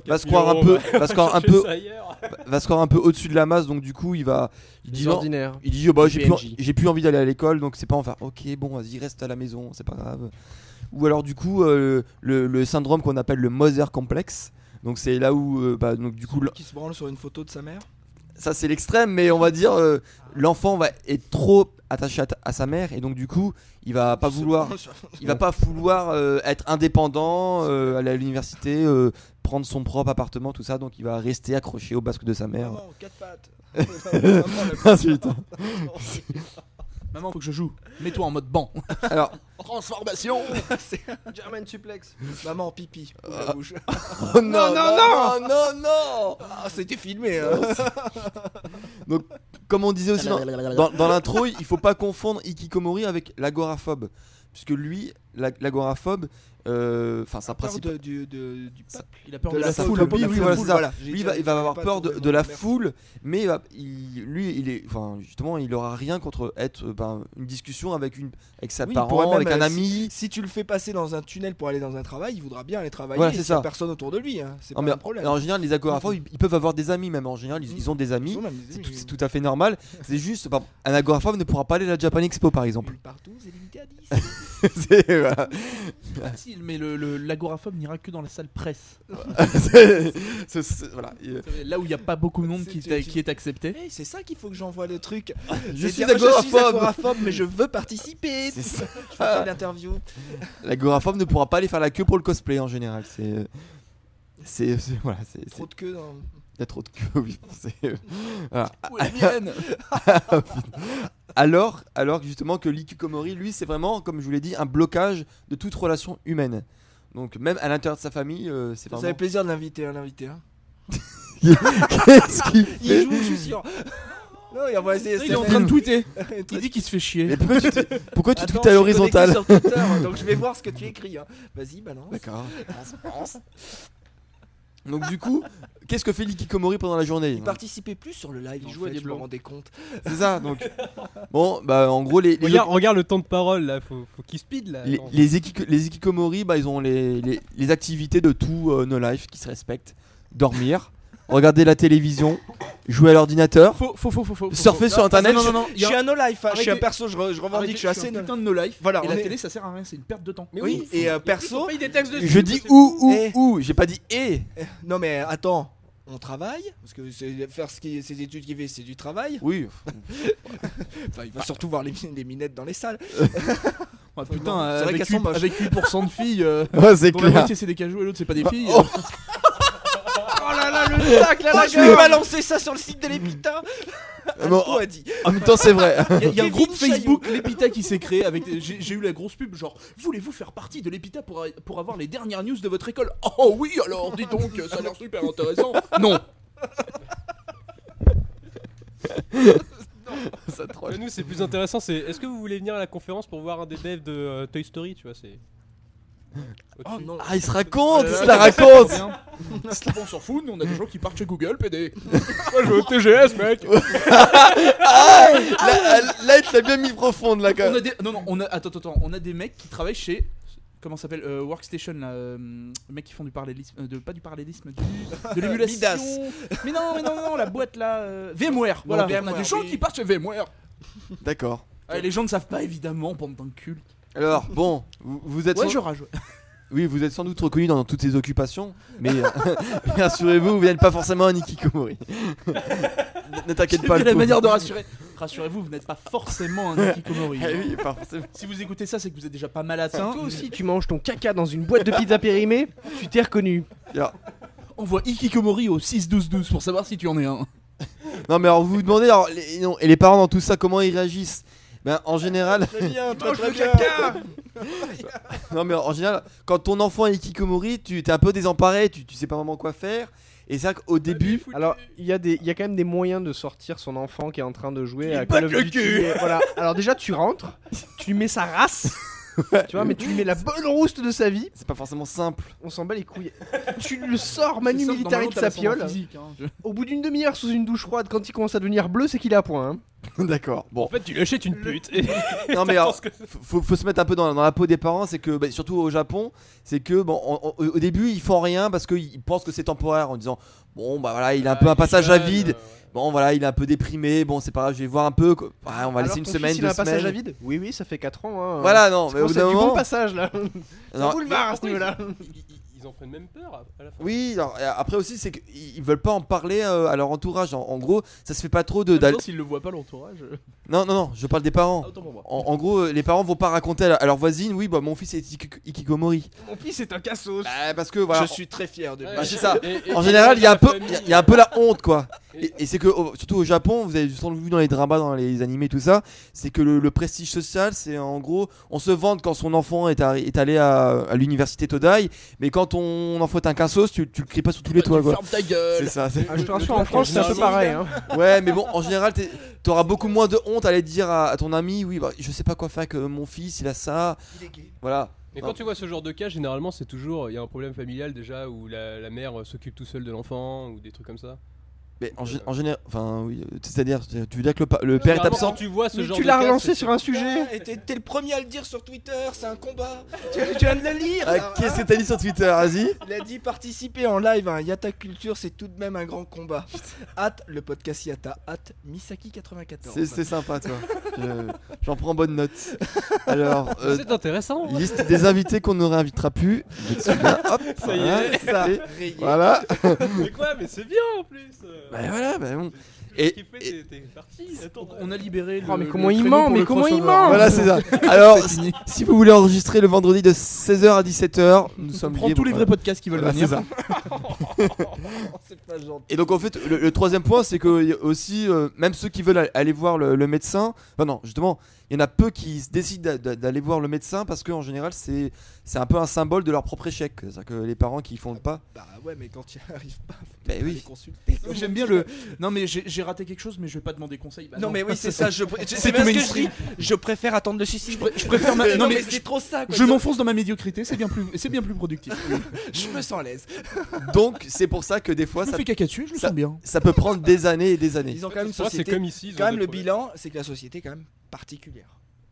va se croire un peu, va se croire un peu, va se croire un peu au-dessus de la masse, donc du coup il va, il dit non, ordinaires. il dit oh, bah, j'ai plus, PNJ. j'ai plus envie d'aller à l'école, donc c'est pas en faire. Ok, bon, vas-y, reste à la maison, c'est pas grave. Ou alors du coup euh, le, le syndrome qu'on appelle le Moser complexe. Donc c'est là où euh, bah, donc du coup le- Qui se branle sur une photo de sa mère. ça c'est l'extrême, mais on va dire euh, l'enfant va être trop attaché à, ta- à sa mère et donc du coup il va pas Qui se vouloir, branle sur- il va pas vouloir euh, être indépendant, euh, aller à l'université, euh, prendre son propre appartement, tout ça. Donc il va rester accroché au basque de sa mère. Maman, quatre pattes. Maman, la- Putain. Maman, faut que je joue. Mets-toi en mode banc. Alors Transformation. German suplex. Maman, pipi. Ouvre la bouche. oh non non non non, non Ah, c'était filmé. hein. Comme on disait Ah, aussi dans, dans- dans l'intro, il faut pas confondre Ikikomori avec l'agoraphobe. Puisque lui, la- l'agoraphobe, euh, enfin, sa Peur principale. de- du, de- du peuple. Il a peur De de, la, la foule. foule, il a peur de oui, la voilà, foule. c'est ça. Voilà, j'ai Lui, il déjà- va, il va j'ai avoir pas peur de, trouvé de la mon- foule, mais il va- il- lui, il est, enfin, justement, il aura rien contre être euh, ben, une discussion avec une, avec sa Oui, il pourrait parent, même, avec un euh, ami. Si tu le fais passer dans un tunnel pour aller dans un travail, il voudra bien aller travailler. Voilà, et c'est s'il y a ça. personne autour de lui, hein. c'est Non, pas mais un problème. en général, les agoraphobes, ils, ils peuvent avoir des amis, même en général, ils, Mm. ils ont des Ils amis. sont même- C'est ils- tout, c'est tout à fait normal. C'est juste, ben, un agoraphobe ne pourra pas aller à la Japan Expo, par exemple. Partout, c'est limité à 10. C'est- voilà. facile, mais le- le- l'agoraphobe n'ira que dans la salle presse. C'est- c'est- c'est- voilà. Il- euh, Vous savez, Là où il n'y a pas beaucoup de monde qui, C'est- t'a- tu- qui est accepté. Hey, c'est ça qu'il faut que j'envoie le truc. Je C'est suis dire, Je suis agoraphobe. agoraphobe, mais je veux participer. C'est ça. Je veux faire l'interview. L'agoraphobe ne pourra pas aller faire la queue pour le cosplay en général. C'est. euh, C'est. c'est- Voilà, c'est. c'est- Trop de queue dans. Il y a trop de queue, oui. C'est- euh. Voilà. Où est la mienne Alors, alors que justement que l'ikikomori, lui, c'est vraiment, comme je vous l'ai dit, un blocage de toute relation humaine. Donc même à l'intérieur de sa famille, euh, c'est Ça vraiment. fait plaisir de l'inviter, hein, l'invité. hein. Qu'est-ce qu'il Il fait joue, je suis sûr. Non, il envoie essayer. Il est en train de tweeter. Il Il dit qu'il se fait Mais chier. pourquoi tu, te- pourquoi tu tweets à l'horizontale Sur Twitter, donc je vais voir ce que tu écris. hein. Vas-y, balance. D'accord. Donc du coup, qu'est-ce que fait l'ikikomori pendant la journée Il participait plus sur le live. Il Il jouait à jouait des Je me Diablo. rendais compte. C'est ça. Donc bon, bah en gros les les, Regarde, regarde le temps de parole là, faut, faut qu'il speed là. les, Attends. les ikiko- les ikikomori, bah ils ont les, les, les activités de tout euh, no life qui se respectent. Dormir, regarder la télévision, jouer à l'ordinateur, Faux, faux, faux, faux, faux. surfer sur internet. Non, non, non. il y Je a- suis un no-life. hein. Je suis un Arrêtez. perso, je, re- je revendique, Arrêtez, je suis assez no putain de no life. Voilà, et on la est- télé, ça sert à rien, c'est une perte de temps. Mais Oui, faut- et euh, faut- perso. paye des taxes dessus. Je dis ou ou Eh. ou, j'ai pas dit et. Non, mais euh, attends. On travaille Parce que c'est- faire ce qui, ces études qu'il fait, c'est du travail. Oui. Enfin, il va surtout voir les, min- les minettes dans les salles. Ah, Faut putain, voir. C'est vrai avec, qu'elles sont 8, moches. avec 8% de filles, euh, c'est dont la moitié c'est des cajoux et l'autre c'est pas des filles. Oh. euh, Oh là là, le tac là là, je Mm. vais balancer ça sur le site de l'Epita On a dit en même temps, c'est vrai. Il y a- il y, a un Kevin groupe Facebook, l'Epita, qui s'est créé. avec. J'ai j'ai eu la grosse pub, genre, voulez-vous faire partie de l'Epita pour, a- pour avoir les dernières news de votre école Oh oui, alors, dis donc, ça a l'air super intéressant. Non, Ouais, nous, c'est plus intéressant. C'est est-ce que vous voulez venir à la conférence pour voir un des devs de euh, Toy Story Tu vois, c'est. Oh non Ah, il se raconte, il Euh, se la Trop raconte. bien. On s'en fout, nous on a des gens qui partent chez Google, PD. Moi je veux TGS, mec. Ah, là, là, il te l'a bien mis profonde, là, quand On même. a des... Non, non, on a... Attends, attends, on a des mecs qui travaillent chez. Comment ça s'appelle Euh, Workstation, là. euh, les mecs qui font du parallélisme. euh, de... Pas du parallélisme, du... de Midas. l'émulation. mais non, mais non, non, la boîte là. euh, VMware, voilà. on a VMware, des gens oui. qui partent chez VMware. D'accord. Ah, et les gens ne savent pas, évidemment, pendant le cul. Alors, bon, vous, vous êtes Ouais, sans- je rage. oui, vous êtes sans doute reconnu dans toutes ces occupations, mais euh, mais rassurez-vous, vous n'êtes pas forcément un Ikikomori. ne t'inquiète pas. C'est le la pauvre. manière de rassurer. Rassurez-vous, vous n'êtes pas forcément un hikikomori. Eh oui, pas forcément. Si vous écoutez ça, c'est que vous êtes déjà pas hein. mal atteint. Toi aussi, tu manges ton caca dans une boîte de pizza périmée, tu t'es reconnu. Alors, On voit Ikikomori au 6-12-12 pour savoir si tu en es un. non, mais alors, vous vous demandez, alors, les, non, et les parents dans tout ça, comment ils réagissent ben, en général, Très bien, très, Mange très le bien. Non mais en général, quand ton enfant est Ikikomori, tu t'es un peu désemparé, tu, tu sais pas vraiment quoi faire. Et c'est vrai qu'au début, Alors, il y, a des- il y a quand même des moyens de sortir son enfant qui est en train de jouer à botte Call of le Duty. cul. et voilà. Alors déjà, tu rentres, tu lui mets sa race, tu vois, mais tu lui mets la bonne rouste de sa vie, c'est pas forcément simple. on s'en bat les couilles. Tu le sors Manu C'est simple, Militari de normalement, sa t'as l'ascendant piole. physique, hein. Je- Au bout d'une demi-heure sous une douche froide, quand il commence à devenir bleu, c'est qu'il est à point. hein. D'accord. Bon, En fait, tu lui achètes une pute. Et non mais t'attends alors, ce que- faut, faut se mettre un peu dans, dans la peau des parents, c'est que bah, surtout au Japon, c'est que bon, on- on- au début ils font rien parce qu'ils pensent que c'est temporaire en disant bon bah voilà, il a un peu Ah, un il passage jeune, à vide. euh, ouais. Bon voilà, il est un peu déprimé. Bon c'est pas grave, je vais voir un peu. quoi. Ah, on va Alors, laisser une ton semaine, fils, il deux a un passage à semaines. vide Oui, oui, ça fait 4 ans. hein. Voilà non, mais C'est au bout d'un du bon moment. passage là. C'est non, un boulevard à ce Ah, Pourquoi niveau-là. ils, ils- ils en prennent même peur à la fin. oui, alors, et après aussi c'est qu'ils ils veulent pas en parler euh, à leur entourage. En, en gros, ça se fait pas trop de. Attends, d'aller- S'il le voit pas l'entourage. euh, Non non non, je parle des parents. Autant pour moi. En, en gros, euh, les parents vont pas raconter à, la- à leur voisine, oui, bah mon fils est Ikik- Ikikomori. Mon fils est un cassos. Bah, parce que voilà. Je suis très fier de lui. Bah, c'est ça. En général, il y a un peu, il y a- il y a un peu la honte, quoi. Et, et c'est que, au- surtout au Japon, vous avez sans doute vu dans les dramas, dans les animés, tout ça, c'est que le, le prestige social, c'est en gros, on se vante quand son enfant est, arri- est allé à, à l'université Todai, mais quand ton enfant est un cassos, tu, Bah, tu le cries pas sous tous les toits, quoi. Ferme ta gueule. C'est ça. c'est- Ah, je te rassure, en France, c'est un peu général- pareil. hein. Ouais, mais bon, en général, t'es- t'auras beaucoup moins de honte à aller dire à, à ton ami, oui, bah, je sais pas quoi faire que mon fils, il a ça, Il est gay. voilà. Mais quand tu vois ce genre de cas, généralement, c'est toujours il y a un problème familial déjà où la, la mère euh, s'occupe tout seule de l'enfant ou des trucs comme ça. Mais en, gé- en général, enfin oui, euh, c'est-à-dire, tu veux dire que le, pa- le père est Généralement, absent quand tu vois ce Mais genre tu de l'as cas, relancé c'est- sur un sujet Ah, et T'es t'es le premier à le dire sur Twitter, c'est un combat. tu, tu viens de le lire. Ah, là, Qu'est-ce hein. que t'as dit sur Twitter, vas-y Il a dit participer en live à un Yata Culture, c'est tout de même un grand combat. Hâte le podcast Yata, hâte C'est Misaki94. c'est sympa, toi. Je- J'en prends bonne note. Alors, euh, Ah, C'est intéressant. liste des invités qu'on ne réinvitera plus. Jetsuda, hop, Ça y est. voilà, Ça, c'est- rayé. Voilà. mais quoi Mais c'est bien en plus. euh. Bah voilà, bah bon. Tout Et- ce qu'il fait, t'es- t'es parti. Attends, On a libéré. Oh, le- mais le comment il créneau ment, pour mais le comment il crossover. ment Voilà, c'est ça. Alors, si- si vous voulez enregistrer le vendredi de 16h à 17h, nous sommes Prends libres. tous les vrais podcasts qui veulent Voilà, venir. c'est ça. Oh, c'est pas gentil. euh, Et donc en fait, le, le troisième point, c'est que y a aussi, euh, même ceux qui veulent a- aller voir le, le médecin, enfin non, justement, il y en a peu qui se décident d'a- d'a- d'aller voir le médecin parce qu'en général, c'est c'est un peu un symbole de leur propre échec. C'est-à-dire que les parents qui font pas, Bah ouais, mais quand il arrive pas, faut ben pas les oui. consulter. J'aime bien le. Non mais j'ai j'ai raté quelque chose, mais je vais pas demander conseil. Bah Non, mais oui, c'est ça, je, pr- je- c'est tout bien ce que je mainstream. dis. Je préfère attendre le suicide. Je préfère. ma- Non mais c'est trop ça. quoi. je m'enfonce dans ma médiocrité. C'est bien plus. C'est bien plus productif. Je me sens à l'aise. Donc c'est pour ça que des fois, Je ça, me fais caca dessus. Je me sens bien. ça peut prendre des années et des années. Ils ont quand même une Toi, c'est société. comme ici. ils ont quand même, des le problèmes. bilan, c'est que la société est quand même particulière.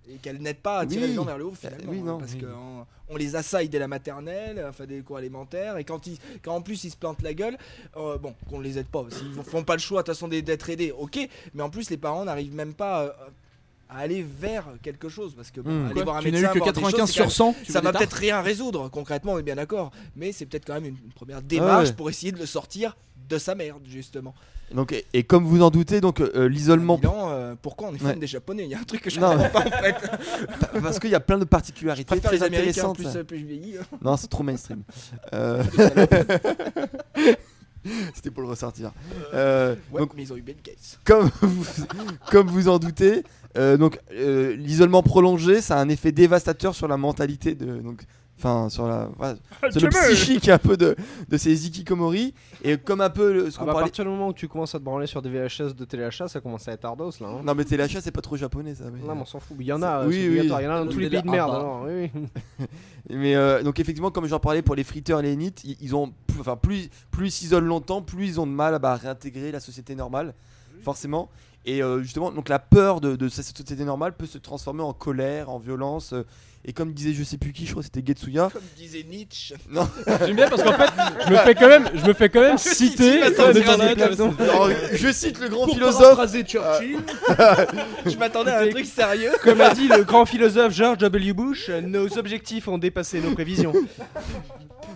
Et qu'elle n'aide pas à tirer Oui. les gens vers le haut finalement. oui, hein, non. parce Oui. qu'on on les assaille dès la maternelle, enfin dès les cours alimentaires. Et quand, ils, quand en plus ils se plantent la gueule, euh, bon, qu'on les aide pas. S'ils font pas le choix de toute façon d'être aidés, ok. Mais en plus, les parents n'arrivent même pas euh, à aller vers quelque chose. Parce que bon, Hmm. aller Quoi, voir un tu n'as médecin. eu que voir des choses, 95 c'est quand sur 100. tu ça veux des va tartes peut-être rien résoudre concrètement, on est bien d'accord, mais c'est peut-être quand même une, une première démarche Ah ouais. pour essayer de le sortir de sa merde justement. Donc et, et comme vous en doutez, donc euh, l'isolement, Bilan, euh, pourquoi on est fan Ouais. des japonais Il y a un truc que je Non. comprends pas en fait. parce qu'il y a plein de Je particularités préfère très les Américains intéressantes. plus, euh, plus je vieillis. hein. Non, c'est trop mainstream. Euh, C'était pour le ressortir. Euh, Ouais, donc, mais ils ont eu Bill Gates. comme vous, comme vous en doutez, euh, donc euh, l'isolement prolongé, ça a un effet dévastateur sur la mentalité de donc. Enfin, sur, la, voilà, sur le psychique un peu de, de ces ikikomori. Et comme un peu le- ce Ah qu'on bah, À parlait. partir du moment où tu commences à te branler sur des VHS de téléachat, ça commence à être ardos là. hein. Non, mais Téléachat, c'est pas trop japonais ça. mais- Non, mais on s'en fout. Il y en a, C'est- euh, oui, c'est oui. obligatoire. il y en a dans On tous les est pays de là, merde. ah bah. alors, oui, oui. Mais euh, donc effectivement, comme j'en parlais pour les friteurs et les nits, ils, ils ont, plus- enfin plus, plus ils s'isolent longtemps, plus ils ont de mal à bah, réintégrer la société normale, forcément. Et euh, justement, donc la peur de, de cette société normale peut se transformer en colère, en violence. euh, et comme disait je sais plus qui, je crois que c'était Getsuya. Comme disait Nietzsche. J'aime bien parce qu'en fait, je me fais quand même, je me fais quand même citer. si, si, en si, étant si, là, si, tu vois, si, c'est- Alors, je cite le grand Pour philosophe. paraphraser Churchill. Je m'attendais à un truc sérieux. Comme a dit le grand philosophe George W. Bush, nos objectifs ont dépassé nos prévisions.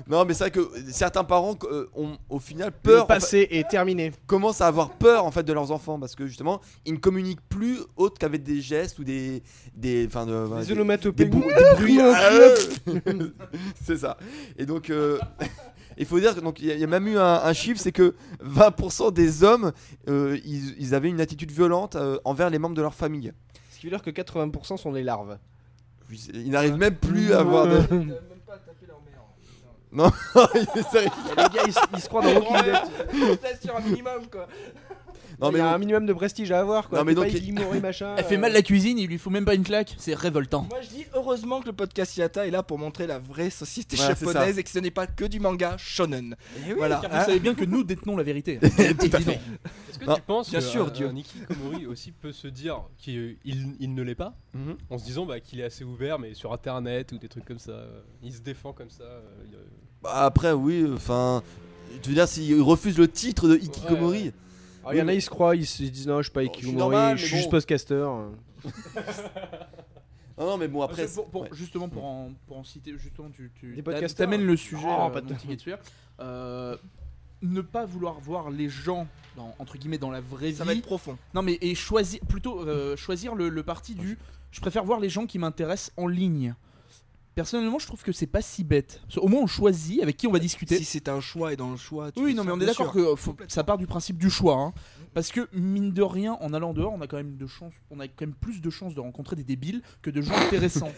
Non, mais c'est vrai que certains parents euh, ont au final peur. le passé est terminé. commencent à avoir peur en fait de leurs enfants parce que justement ils ne communiquent plus autre qu'avec des gestes ou des des enfin de- voilà, Les Bah, des- onomatopées. des, bou- des bruits. Ah, c'est ça. Et donc, euh, il faut dire que donc il y, a- il y a même eu un, un chiffre, c'est que 20% des hommes, euh, ils, ils avaient une attitude violente euh, envers les membres de leur famille. Ce qui veut dire que 80% sont des larves. Ils n'arrivent même plus à avoir de. même pas tapé leur mère. Les gars, ils, se- ils se croient dans Walking Dead. sur un minimum quoi. non Il mais y a un donc, minimum de prestige à avoir quoi. Non, mais T'es donc, pas il- Ilimori, machin. Elle fait euh, mal la cuisine. Il lui faut même pas une claque. C'est révoltant. Moi je dis heureusement que le podcast Yata est là pour montrer la vraie société Voilà, c'est japonaise et que ce n'est pas que du manga shonen. voilà. Eh Car hein. vous savez bien que nous détenons la vérité. Évidemment. Est-ce que Non, tu penses bien que sûr, un- Dieu. un Ikikomori aussi peut se dire qu'il il- il ne l'est pas Mhm. en se disant bah, qu'il est assez ouvert, mais sur internet ou des trucs comme ça, euh, il se défend comme ça. euh, il, euh, bah, après oui, enfin, tu veux dire s'ils refusent le titre de Ikikomori. Ouais. euh. alors, Il y en a, ils se croient, ils se disent non, je suis pas Bon, je suis Ikikomori, normal, je mais suis juste bon. podcaster. hein. Non, non, mais bon après. Parce que pour- pour- ouais. Justement, pour en, pour en citer, justement, tu, tu Des t'a- podcasteurs. t'amènes le sujet, Oh, euh, pas de- mon petit Getsuya. Euh, ne pas vouloir voir les gens, dans- entre guillemets, dans la vraie Ça va vie. être profond. Non, mais et choisir, plutôt euh, choisir le, le parti du je préfère voir les gens qui m'intéressent en ligne. Personnellement, je trouve que c'est pas si bête. Parce que Au moins, on choisit avec qui on va discuter. Si c'est un choix et dans le choix. tu Oui, fais non, ça, mais on est bien d'accord sûr. que euh, faut- ça part du principe du choix. hein. Parce que, mine de rien, en allant dehors, on a quand même, de chance, on a quand même plus de chances de rencontrer des débiles que de gens intéressants.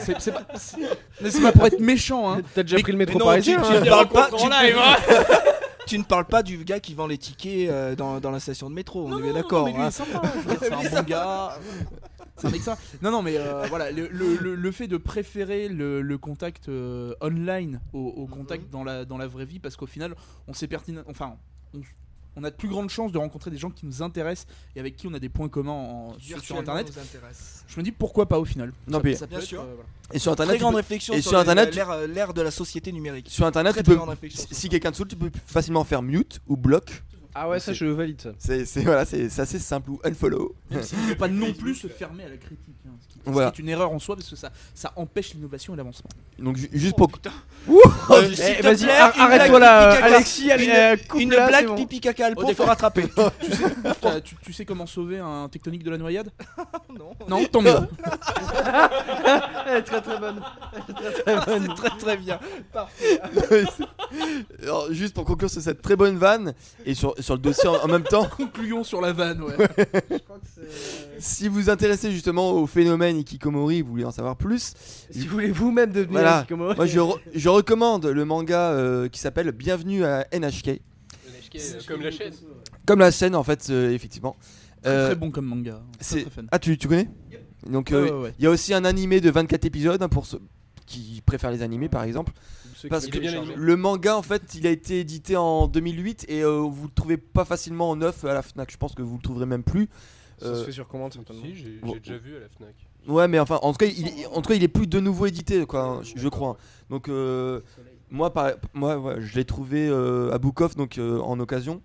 c'est c'est pas, c'est- mais c'est pas pour être méchant, hein. T'as déjà Mais- pris le Mais métro non, parisien tu, hein. tu ne parles pas, tu- hein. Non, tu ne parles pas du gars qui vend les tickets euh, dans, dans la station de métro, on est bien non, d'accord. mais lui, il hein. est sympa, je veux dire, C'est un bon gars. C'est un mec ça. Non, non, mais euh, voilà, le, le- le- le fait de préférer le, le contact euh, Mhm. online au, au contact dans, la, dans la vraie vie, parce qu'au final, on sait pertinemment. Enfin, on, on a de plus grandes chances de rencontrer des gens qui nous intéressent et avec qui on a des points communs en- sur, sur Virtuellement, Internet. nous intéresse. Je me dis pourquoi pas au final. Non, Ça- mais- ça peut Bien être, sûr. euh, voilà. Et sur Très internet, tu grande peux- réflexion et sur, sur le- Internet, tu- l'ère euh, l'ère de la société numérique. sur internet, Très, tu très peux, grande réflexion. si si quelqu'un te saoule, tu peux facilement faire mute ou bloc. Ah ouais, ça je valide ça. C'est c'est- voilà, c'est c'est assez simple ou unfollow. Même s'il ne faut pas non plus se euh, fermer à la critique. hein, ce qui, ce qui Voilà. est une erreur en soi parce que ça, ça empêche l'innovation et l'avancement. Donc ju- juste pour Oh, Euh, Eh, Vas-y, ar- arrête-toi là, euh, Alexis, allez, euh, coupe Une là, c'est blague bon. pipi caca Oh, pour d'accord. faut rattraper. T'as- tu, tu sais comment sauver un tectonique de la noyade Non. Non Tant mieux. Elle est très très bonne. C'est très très bien. Alors, juste pour conclure sur cette très bonne vanne et sur, sur le dossier en, en même temps, Concluons sur la vanne. ouais. Euh, si vous vous intéressez justement au phénomène Ikikomori, vous voulez en savoir plus, Si vous voulez vous-même devenir Voilà. un Ikikomori. moi je, re- je recommande le manga euh, qui s'appelle Bienvenue à NHK. Comme la chaîne. Comme la scène en fait, euh, effectivement. Euh, très bon comme manga. hein. Très, c'est- très fun. Ah, tu, tu connais Donc euh, Ouais, ouais, ouais. il y a aussi un animé de 24 épisodes hein, pour ceux qui préfèrent les animés par exemple. Parce Il que est bien animé. le manga en fait il a été édité en 2008 et euh, vous le trouvez pas facilement en neuf à la Fnac. Je pense que vous le trouverez même plus. Ça se Euh, fait sur commande certainement. Si, j'ai Bon. j'ai déjà vu à la Fnac. Euh, Ouais, mais enfin, en tout cas, il est, en tout cas, il est plus de nouveau édité, quoi, hein, je- je crois. Donc, euh, moi, par- moi ouais, je l'ai trouvé euh, à Bukov, donc euh, en occasion.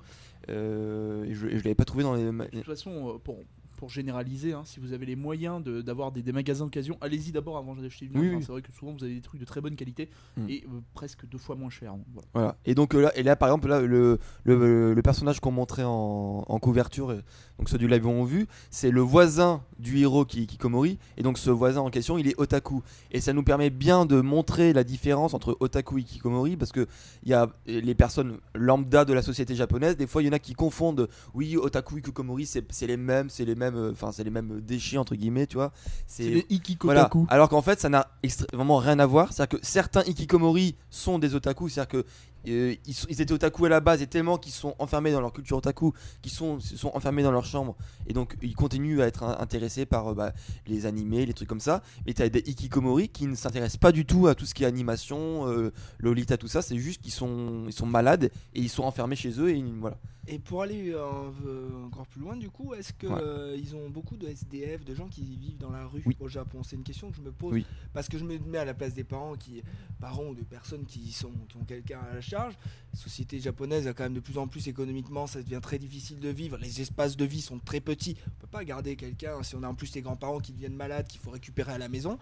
Euh, et je ne l'avais pas trouvé dans les. ma- De toute façon, euh, pour, pour généraliser, hein, si vous avez les moyens de- d'avoir des, des magasins d'occasion, allez-y d'abord avant d'acheter une. Oui, Enfin, oui. C'est vrai que souvent vous avez des trucs de très bonne qualité Hmm. Mm. et euh, presque deux fois moins cher. donc voilà. Voilà. Et donc, euh, là, et là, par exemple, là, le, le, le personnage qu'on montrait en, en couverture, euh, donc ceux du live ont vu, c'est le voisin du héros qui, qui Komori. Et donc, ce voisin en question, il est otaku. Et ça nous permet bien de montrer la différence entre otaku et Kikomori parce que il y a euh, les personnes lambda de la société japonaise. Des fois, il y en a qui confondent. Oui, otaku et Kikomori, c'est c'est les mêmes, c'est les mêmes, euh, enfin, c'est les mêmes déchets entre guillemets, tu vois. C'est des Voilà. ikikotaku. Alors qu'en fait, ça n'a extré- vraiment rien à voir. C'est-à-dire que certains Ikikomori sont des otaku, c'est-à-dire que euh, ils, sont- ils étaient otaku à la base et tellement qu'ils sont enfermés dans leur culture otaku, qu'ils sont, se sont enfermés dans leur chambre et donc ils continuent à être euh, intéressés par euh, bah, les animés, les trucs comme ça. Mais t'as des Ikikomori qui ne s'intéressent pas du tout à tout ce qui est animation, euh, Lolita, tout ça. C'est juste qu'ils sont, ils sont malades et ils sont enfermés chez eux et ils- voilà. Et pour aller euh, euh, encore plus loin, du coup, est-ce que Ouais. euh, ils ont beaucoup de SDF, de gens qui vivent dans la rue Oui. au Japon C'est une question que je me pose Oui. parce que je me mets à la place des parents qui, parents ou de personnes qui sont, qui ont quelqu'un à la charge. La société japonaise a quand même de plus en plus économiquement, ça devient très difficile de vivre. Les espaces de vie sont très petits. On peut pas garder quelqu'un si on a en plus les grands-parents qui deviennent malades, qu'il faut récupérer à la maison.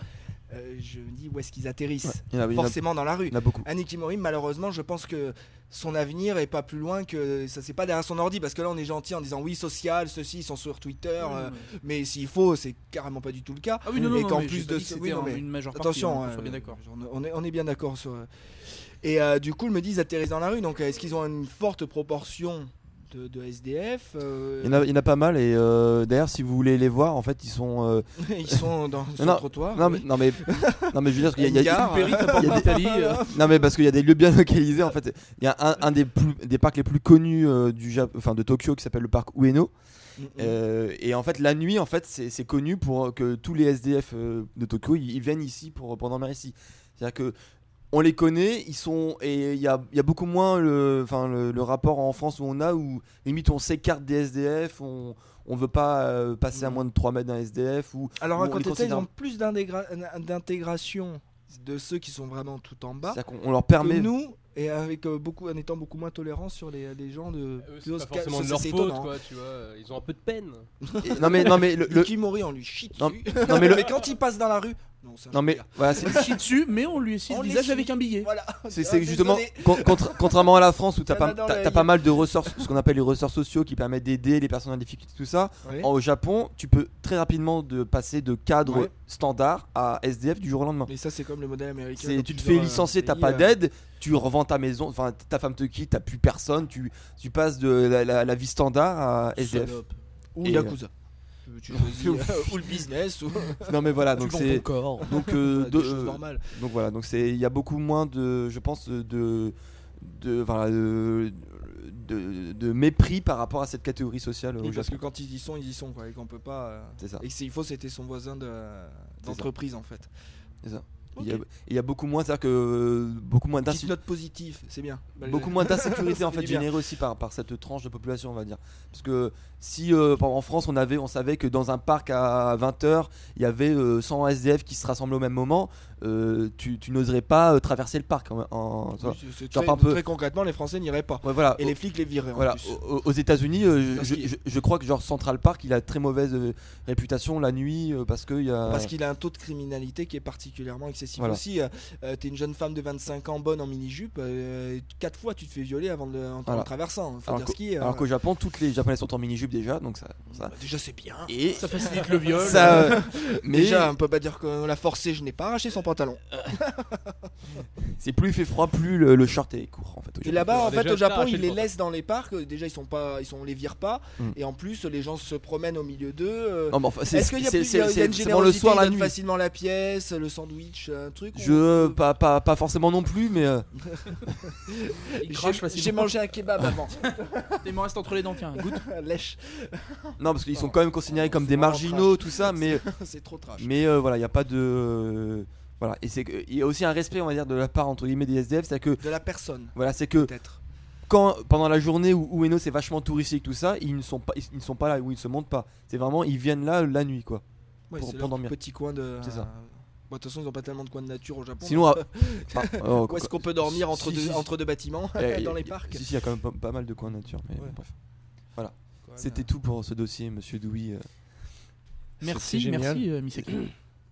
Euh, je me dis où est-ce qu'ils atterrissent Il y en a- il y en a- Forcément dans la rue. il y en a beaucoup. Aniki Mori, malheureusement, je pense que son avenir est pas plus loin que ça. C'est pas derrière son ordi parce que là, on est gentil en disant oui, social, ceux-ci ils sont sur Twitter, euh, mais s'il faut, c'est carrément pas du tout le cas. Ah oui, non, non, et non, qu'en mais plus j'ai pas de dit que ça- oui, c'était non, un- mais une majeure partie, Attention, hein, qu'on soit euh, bien d'accord. on est, on est bien d'accord sur. euh, Et euh, du coup, le me dit, ils atterrissent dans la rue. Donc, euh, est-ce qu'ils ont une forte proportion de, de SDF euh, Il y en a- il y en a pas mal et euh, d'ailleurs, si vous voulez les voir, en fait, ils sont. euh, Ils sont dans sur Non, le trottoir. Non, mais, oui. non, mais, non, mais je veux dire, parce qu'il y a- il y a, Une gare. Perry, ça porte Il y a en des- Italie, euh, non, mais parce qu'il y a des lieux bien localisés. En fait, il y a un, un des, plus- des parcs les plus connus euh, du Jap- enfin, de Tokyo qui s'appelle le parc Ueno. Mm, mm. Euh, et en fait, la nuit, en fait, c'est c'est connu pour que tous les SDF euh, de Tokyo ils, ils viennent ici pour, pour dormir ici. C'est-à-dire que on les connaît, ils sont et il y a, il y a beaucoup moins le, enfin, le, le rapport en France où on a où limite on s'écarte des SDF, on on veut pas euh, passer à Mm. moins de 3 mètres d'un SDF ou Alors, Bon, on à les côté de ça, ils considère- ont plus d'indégra- d'intégration de ceux qui sont vraiment tout en bas. c'est-à-dire qu'on on leur que permet. nous et avec euh, beaucoup en étant beaucoup moins tolérants sur les, les gens de Eux, de- Eh c'est pas c'est- forcément de c'est- leur c'est faute, étonnant. hein. quoi, tu vois. Ils ont un peu de peine. Et- non mais non mais le, le- Qui mourit on lui chie dessus. Non, Non, non, mais, mais le- quand il passe dans la rue, non, ça, Hein, je non mais veux dire. voilà, c'est- on chie dessus, mais on lui essuie On le les visage suit. avec un billet. voilà. C'est Ah, c'est désolé. justement, con- contra- contrairement à la France où t'as Ça pas, va dans t'as- l'œil. t'as pas mal de ressorts, ce qu'on appelle les ressorts sociaux qui permettent d'aider les personnes en difficulté, tout ça. Oui. En, au Japon, tu peux très rapidement de passer de cadre Ouais. standard à SDF du jour au lendemain. Mais ça c'est comme le modèle américain. C'est- dans Tu te fais plusieurs, euh, licencier, t'as pays, pas euh, d'aide, tu revends ta maison, enfin ta femme te quitte, t'as plus personne, tu, tu passes de la, la- la vie standard à SDF. salope. Ou Et, yakuza. Euh, Tu choisis, euh, ou le business ou Non mais voilà, Ah, donc tu vends c'est ton corps. donc euh, Des de- choses euh, normales. Donc voilà, donc c'est il y a beaucoup moins de, je pense de de, voilà, de, de- de mépris par rapport à cette catégorie sociale au Oui, parce que Japon. quand ils y sont, ils y sont quoi, et qu'on peut pas. euh, C'est ça. Et s'il faut, c'était son voisin de- d'entreprise en fait. C'est ça. Il y a- il y, a beaucoup moins, c'est-à-dire que euh, beaucoup moins Petite d'insu- note positive, c'est bien. Bah, beaucoup moins d'insécurité en C'est fait du bien. générée aussi par, par cette tranche de population on va dire parce que si euh, par exemple, en France on avait on savait que dans un parc à 20h il y avait euh, 100 SDF qui se rassemblaient au même moment euh, tu, tu n'oserais pas euh, traverser le parc en, en- tu vois. Oui, c'est- c'est Genre très, un peu- très concrètement, les Français n'iraient pas. Ouais, voilà Et les flics les vireraient. en voilà, plus. aux, aux États-Unis, euh, Parce je, qu'il- je- je crois que genre Central Park, il a très mauvaise euh, réputation la nuit euh, parce qu'il y a. Parce qu'il a un taux de criminalité qui est particulièrement excessif Voilà. aussi. Euh, euh, T'es une jeune femme de 25 ans bonne en mini-jupe, euh, quatre fois tu te fais violer avant de, en, en Voilà. traversant. Faut alors dire qu'au- ce qui est, alors hein. qu'au Japon, toutes les Japonaises sont en mini jupe déjà, donc ça. ça. Bah, déjà c'est bien. Et Ça facilite le viol. ça, euh, mais Déjà, on peut pas dire qu'on l'a forcé, je n'ai pas arraché son pantalon. c'est plus il fait froid, plus le, le short est court en fait. au Et Japon. là-bas, en Déjà, fait, au Japon, t'as ils arraché les le laissent dans les parcs. euh, Déjà, ils sont pas, ils sont, on les vire pas. Mm. Et en plus, les gens se promènent au milieu d'eux. euh, Non, mais enfin, c'est Est-ce qu'il y a c'est- plus il y a- c'est- il y a c'est- une c'est dans le générosité soir, ils la donnent nuit. facilement la pièce, le sandwich, un truc. on- Je euh, pas, pas pas forcément non plus, mais euh, Il J'ai- crache J'ai facilement. mangé un kebab avant. Il m'en reste entre les dents, tiens. goûte. Lèche. non parce qu'ils sont quand même considérés comme des vraiment marginaux tout ça, mais C'est trop trash. Mais euh, voilà, il n'y a pas de. Voilà, et c'est que- il y a aussi un respect, on va dire, de la part entre guillemets des SDF, c'est que De la personne, voilà, c'est que peut-être. quand pendant la journée où où Ueno c'est vachement touristique tout ça, ils ne sont pas, ils ne sont pas là où ils se montent pas. C'est vraiment ils viennent là la nuit quoi. Ouais, Pour- c'est pour leur dormir. petit coin de. C'est ça. Bon, de toute façon, ils n'ont pas tellement de coins de nature au Japon. Sinon, à- par- oh, Où est-ce quoi- qu'on peut dormir entre, Si, deux, si, si. entre deux bâtiments Eh, il y a- dans les parcs Si, si, il y a quand même pas, pas mal de coins nature. Mais Ouais. bon, bref. Quand même, C'était euh, tout pour ce dossier, Monsieur Douy. euh. C'était Merci, génial. merci, euh, Misaki.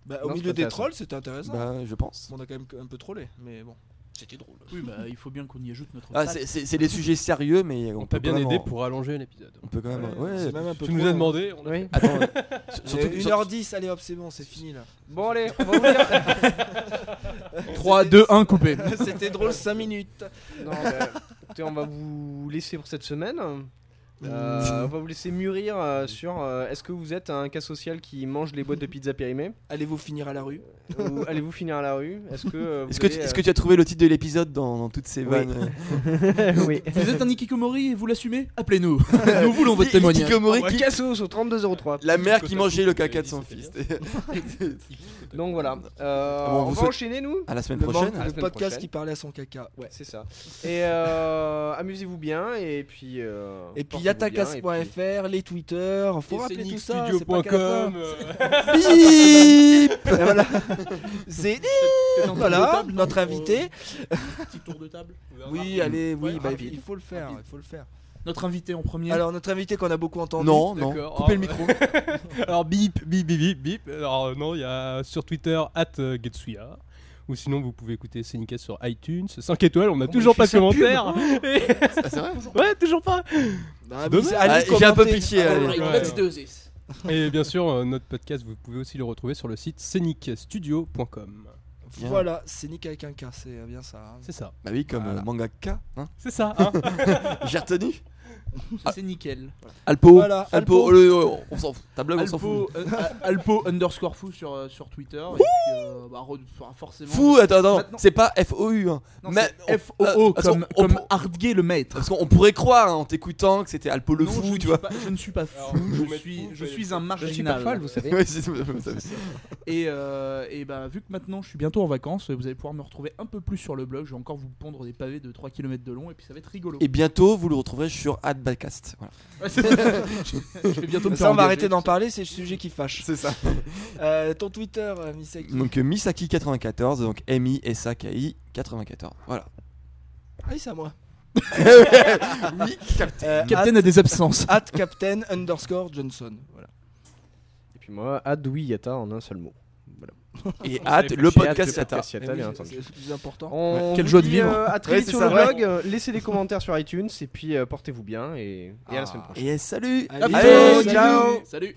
bah, au Non, milieu c'était des intéressant. trolls, c'était intéressant. Bah, je pense. On a quand même un peu trollé, mais bon, c'était drôle. Oui, bah, il faut bien qu'on y ajoute notre. Ah, patte. c'est- c'est c'est des sujets sérieux, mais on, On peut t'a bien quand même aidé en- pour allonger l'épisode. On peut quand même. ouais. c'est même un peu Tu nous trop, as hein. demandé. on a- Oui. Attends, euh, surtout- Euh, 1h10, allez hop, c'est bon, c'est fini là. Bon, allez, on va ouvrir. 3, 2, 1, coupé. C'était drôle 5 minutes. Non, bah, écoutez, on va vous laisser pour cette semaine. Mm. Euh, on va vous laisser mûrir euh, sur euh, est-ce que vous êtes un cas social qui mange les boîtes de pizza périmées Allez-vous finir à la rue Ou allez-vous finir à la rue Est-ce que, euh, vous Est-ce que, allez, tu- est-ce que tu as trouvé le titre de l'épisode dans, dans toutes ces Oui. vannes euh, oui. Vous êtes un Ikikomori et vous l'assumez Appelez-nous. Nous voulons votre Qui- témoignage. Hikikomori Envoie qui- Cassos au 3203. La mère qui Kotaku, mangeait le vous avez caca de dit, son c'est fils. Donc voilà. Euh, Ah bon, on vous va sou- enchaîner nous À la semaine Le, prochaine. ban- À la le semaine podcast prochaine. qui parlait à son caca. Ouais. C'est ça. Et euh, amusez-vous bien et puis. euh, Et portez-vous puis bien, et puis- yatakas.fr, les Twitter, faut rappeler tout ça. c'est pas qu'à la fin. Studio.com. Bip Et voilà. C'est voilà notre invité. Petit tour de table. Oui, allez, oui, Ouais, bah, rapide. il faut le faire, Rapide. Mmh. il faut le faire. Notre invité en premier. Alors notre invité qu'on a beaucoup entendu. Non, non. D'accord. Coupez le Ah, micro. Alors bip, bip, bip, bip, bip. Alors euh, non, il y a sur Twitter at euh, Getsuya. Ou sinon, vous pouvez écouter Senica sur iTunes. 5 étoiles, Oh, on n'a Euh, toujours il pas de fait sa pub. commentaires. Et- ouais, toujours pas. Ah, mais Dommage. c'est- Ah, allez, J'ai un peu commentez. pitié. allez. Alright, Ouais. let's do this. Et bien sûr, euh, notre podcast, vous pouvez aussi le retrouver sur le site scenicstudio.com. Voilà, c'est Nick avec un K, c'est bien ça. hein. C'est ça. Bah oui, comme euh, mangaka. hein. C'est ça. hein. J'ai retenu. Ah. C'est nickel. Alpo. Voilà, Alpo. Alpo. le- euh, on s'en fout. Ta blague, on s'en fout. Alpo, euh, a- Alpo underscore fou sur, euh, sur Twitter. Et puis, euh, bah, re- enfin, forcément. Fou, attends, attends. Maintenant- C'est pas F-O-U. hein. Non, Mais- c'est euh, FOO parce comme, qu'on- on comme pour- Hardgay le maître. Parce qu'on pourrait croire hein, en t'écoutant que c'était Alpo le Non, je fou, ne tu suis vois. pas- Je ne suis pas Alors, fou, vous je mettez suis, fou, je vous suis allez- un Je marginal. suis pas folle, vous savez. Ouais, c'est- c'est- c'est- Et, euh, et bah, vu que maintenant je suis bientôt en vacances, vous allez pouvoir me retrouver un peu plus sur le blog. Je vais encore vous pondre des pavés de 3 km de long et puis ça va être rigolo. Et bientôt, vous le retrouverez sur Adbacast. Voilà. Ouais, c'est- je je vais bientôt me faire Ça, on va engager. arrêter d'en parler, c'est le sujet qui fâche. C'est ça. Euh, ton Twitter, euh, Misaki. Donc euh, Misaki94, donc M-I-S-A-K-I-94. Voilà. Ah oui, c'est à moi. Oui, capté. Euh, Captain a des absences. at, at Captain underscore Johnson. Voilà. Et puis moi, Adoui Yata en un seul mot. Et hâte, J'ai hâte le que podcast le Yata. podcast Yata, Eh oui, bien c'est- entendu. c'est le plus important. On Quelle vous joie de dit, vivre. euh, à très Ouais, vite c'est sur ça, le ouais. blog, euh, laissez des commentaires sur iTunes et puis euh, portez-vous bien et, et à Ah. la semaine prochaine. Et salut À Allez, bientôt, ciao. Salut